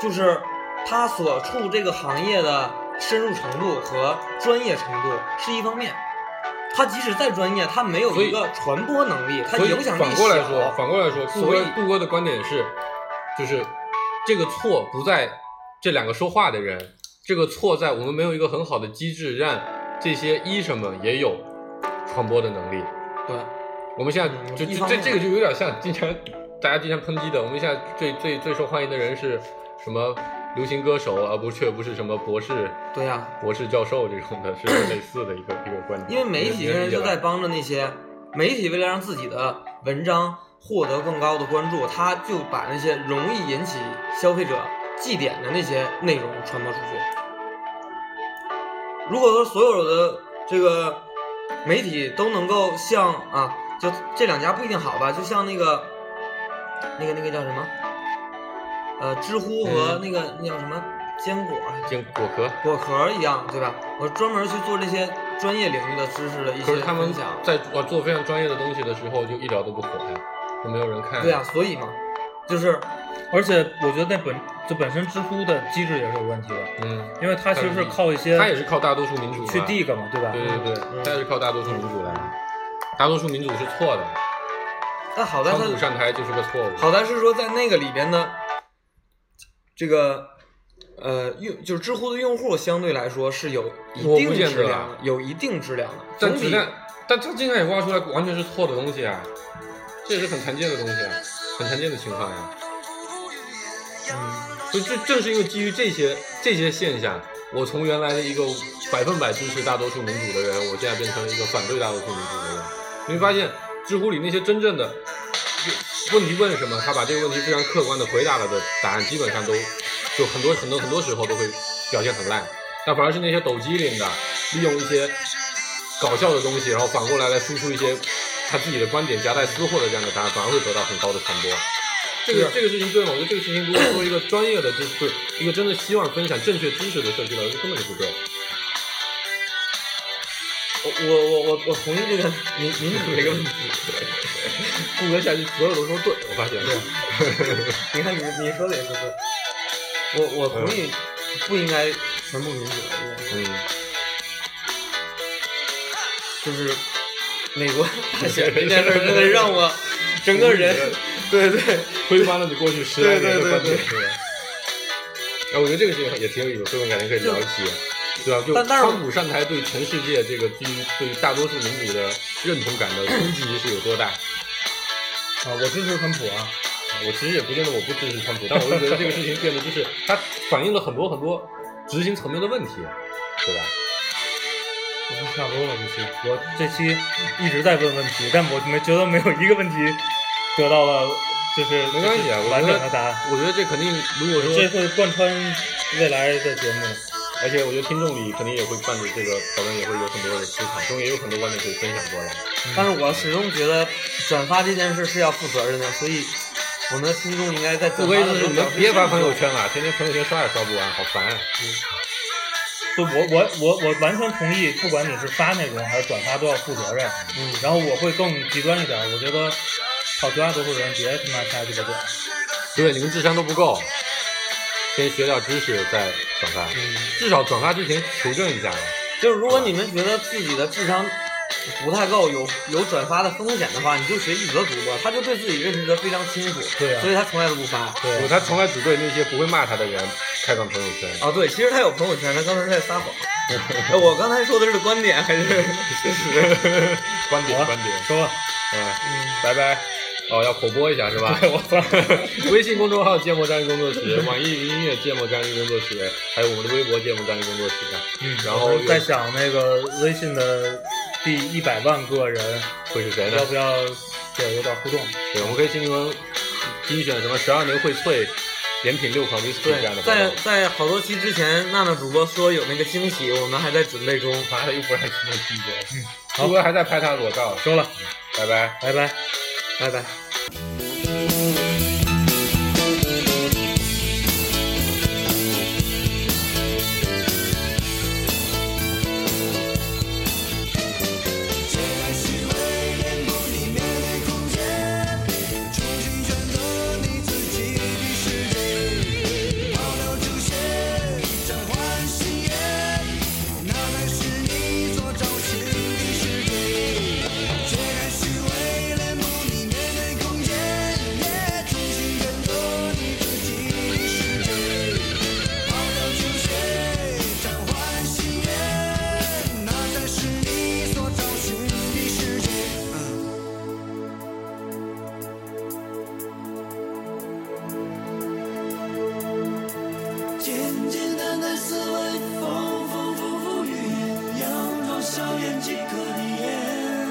B: 就是他所处这个行业的深入程度和专业程度是一方面。他即使再专业，他没有
D: 所以
B: 一个传播能力，他
D: 所以
B: 影响力
D: 反
B: 小
D: 过来说，反过来说，杜
B: 所
D: 哥
B: 以
D: 杜哥的观点是，就是这个错不在这两个说话的人，这个错在我们没有一个很好的机制，让这些医生们也有传播的能力。
B: 对，
D: 我们现在
B: 嗯
D: 就
B: 一
D: 就
B: 方
D: 这
B: 面
D: 这个就有点像经常大家经常抨击的，我们现在最最最受欢迎的人是什么流行歌手，而不却不是什么博士
B: 对呀、
D: 博士教授这种的，是类似的一个一个观点。
B: 因为媒体现在就在
D: 你能理解吧
B: 帮着那些媒体，为了让自己的文章获得更高的关注，他就把那些容易引起消费者祭点的那些内容传播出去。如果说所有的这个媒体都能够像啊，就这两家不一定好吧，就像那个那个那个叫什么，呃，知乎和
D: 嗯
B: 那个、那叫什么坚果，
D: 经果壳。
B: 果壳一样，对吧？我专门去做这些专业领域的知识的一
D: 可
B: 些
D: 是他们
B: 分享，啊
D: 在做做非常专业的东西的时候，就一点都不火呀，就没有人看。
B: 对啊呀、所以嘛，就是
C: 而且我觉得那本就本身知乎的机制也是有问题的，
D: 嗯，
C: 因为它其实是靠一些
D: 他也是靠大多数民主
C: 去
D: 来
C: dig 嘛，对吧？
D: 对对
B: 嗯
D: 对，他也是靠大多数民主来的，大多数民主是错的，
B: 但好在
D: 川
B: 他
D: 普上台就是个错误。
B: 好在是说在那个里边呢，这个呃用就是知乎的用户相对来说是有一
D: 我不
B: 定
D: 见
B: 质
D: 得
B: 量的，有一定质量的，
D: 但
B: 总
D: 子
B: 比
D: 弹，但他竟然也挖出来完全是错的东西啊，这也是很常见的东西啊，很常见的情况呀、啊嗯所以正正是因为基于这些这些现象，我从原来的一个百分百支持大多数民主的人，我现在变成了一个反对大多数民主的人。你会发现，知乎里那些真正的问题问什么，他把这个问题非常客观的回答了的答案，基本上都就很多很多很多时候都会表现很烂。但反而是那些抖机灵的，利用一些搞笑的东西，然后反过来来输出一些他自己的观点夹带私货的这样的答案，反而会得到很高的传播。啊这个
B: 是
D: 这个事情对吗？我觉得这个事情如果作为一个专业的知识，一个真的希望分享正确知识的社区来说，根本就不对。
B: 我我我我我同意这个民民主这个问题。
D: 顾哥下去所有都说对，我发现。
B: 你看你你说的也是对，我我同意不应该全部民主的应该是，
D: <laughs> 嗯，
B: 就是美国大选这件事儿真的让
D: <laughs>
B: 我整个人对对。
D: 推翻了你过去十来年的观
B: 对对对
D: 点。是吧哎、我觉得这个事情也挺有意思，所以我感觉可以聊一期，啊对吧？就
B: 但但是
D: 川普上台对全世界这个基于对大多数民主的认同感的冲击是有多大？
C: 啊，我支持川普啊，
D: 我其实也不见得我不支持川普，但我就觉得这个事情变得就是它反映了很多很多执行层面的问题，对吧？
C: 我差不多了这期，我这期一直在问问题，但我没觉得没有一个问题得到了就是
D: 没关系啊，我
C: 完
D: 觉
C: 整
D: 得
C: 的答案。
D: 我觉得这肯定，如果说，
C: 这会贯穿未来的节目。
D: 而且我觉得听众里肯定也会伴着这个讨论，也会有很多的思考，中也有很多观点可以分享过来。
B: 但是我始终觉得转发这件事是要负责任的，所以我们的听众应该在转发
D: 不归就
B: 的时
D: 是
B: 候
D: 你们
B: 表示
D: 别发朋友
B: 歉意。
D: 圈了，天天朋友圈刷也刷不完，好烦、啊。
C: 就我我我我完全同意，不管你是发内容还是转发，都要负责任。
B: 嗯，
C: 然后我会更极端一点，我觉得好绝大多数人别他妈瞎鸡巴转。
D: 对，你们智商都不够，先学点知识再转发，至少转发之前求证一下。
B: 就是如果你们觉得自己的智商不太够，有有转发的风险的话，你就学一泽主播，他就对自己认识的非常清楚，
C: 对啊
B: 所以他从来都不发。
C: 对，
D: 他从来只对那些不会骂他的人开放朋友圈。
B: 啊，对，其实他有朋友圈，他刚才是在
D: <laughs>
B: 撒谎。哎我刚才说的是观点还是事实？
D: 观点
C: 我
D: 观点，
C: 啊说吧，
D: 嗯，拜拜。哦，要口播一下是吧？
C: 我操，
D: 微信公众号“芥末章鱼工作室”，网易云音乐“芥末章鱼工作室”，还有我们的微博“芥末章鱼工作室”。啊
C: 嗯，
D: 然后
C: 我在想那个微信的第一百万个人
D: 会是谁呢
C: 要？不要对有点互动？
D: 对，我们可以进行精选什么十二年荟萃、连品六款 whisky 这样的
B: 对，
D: 活
B: 在
D: 动。
B: 在好多期之前，娜娜主播说有那个惊喜，我们还在准备中。
D: 妈的，又不让听众听见。
C: 好
D: 朱哥还在拍他的裸照，
C: 说了，
D: 拜拜。
C: 拜拜。
B: 拜拜。
E: 这虚伪面目里面的空间，重新选择你自己的世界，抛掉这些，交换心愿，那才是你所找寻的世界。这虚伪面目里面的空间，重新选择你自己的世界，抛掉这些，交换心愿，那才是你所找寻的世界。简简单单思维，风风风风雨雨，阳光笑颜即可体验。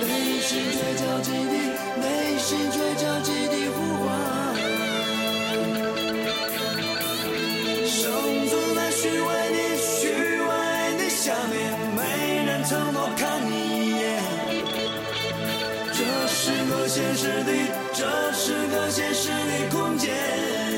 E: 内心最交集的，内心最交集的呼唤。生存在虚伪的虚伪的下面，没人承诺看你一眼。这是个现实的，这是个现实的空间。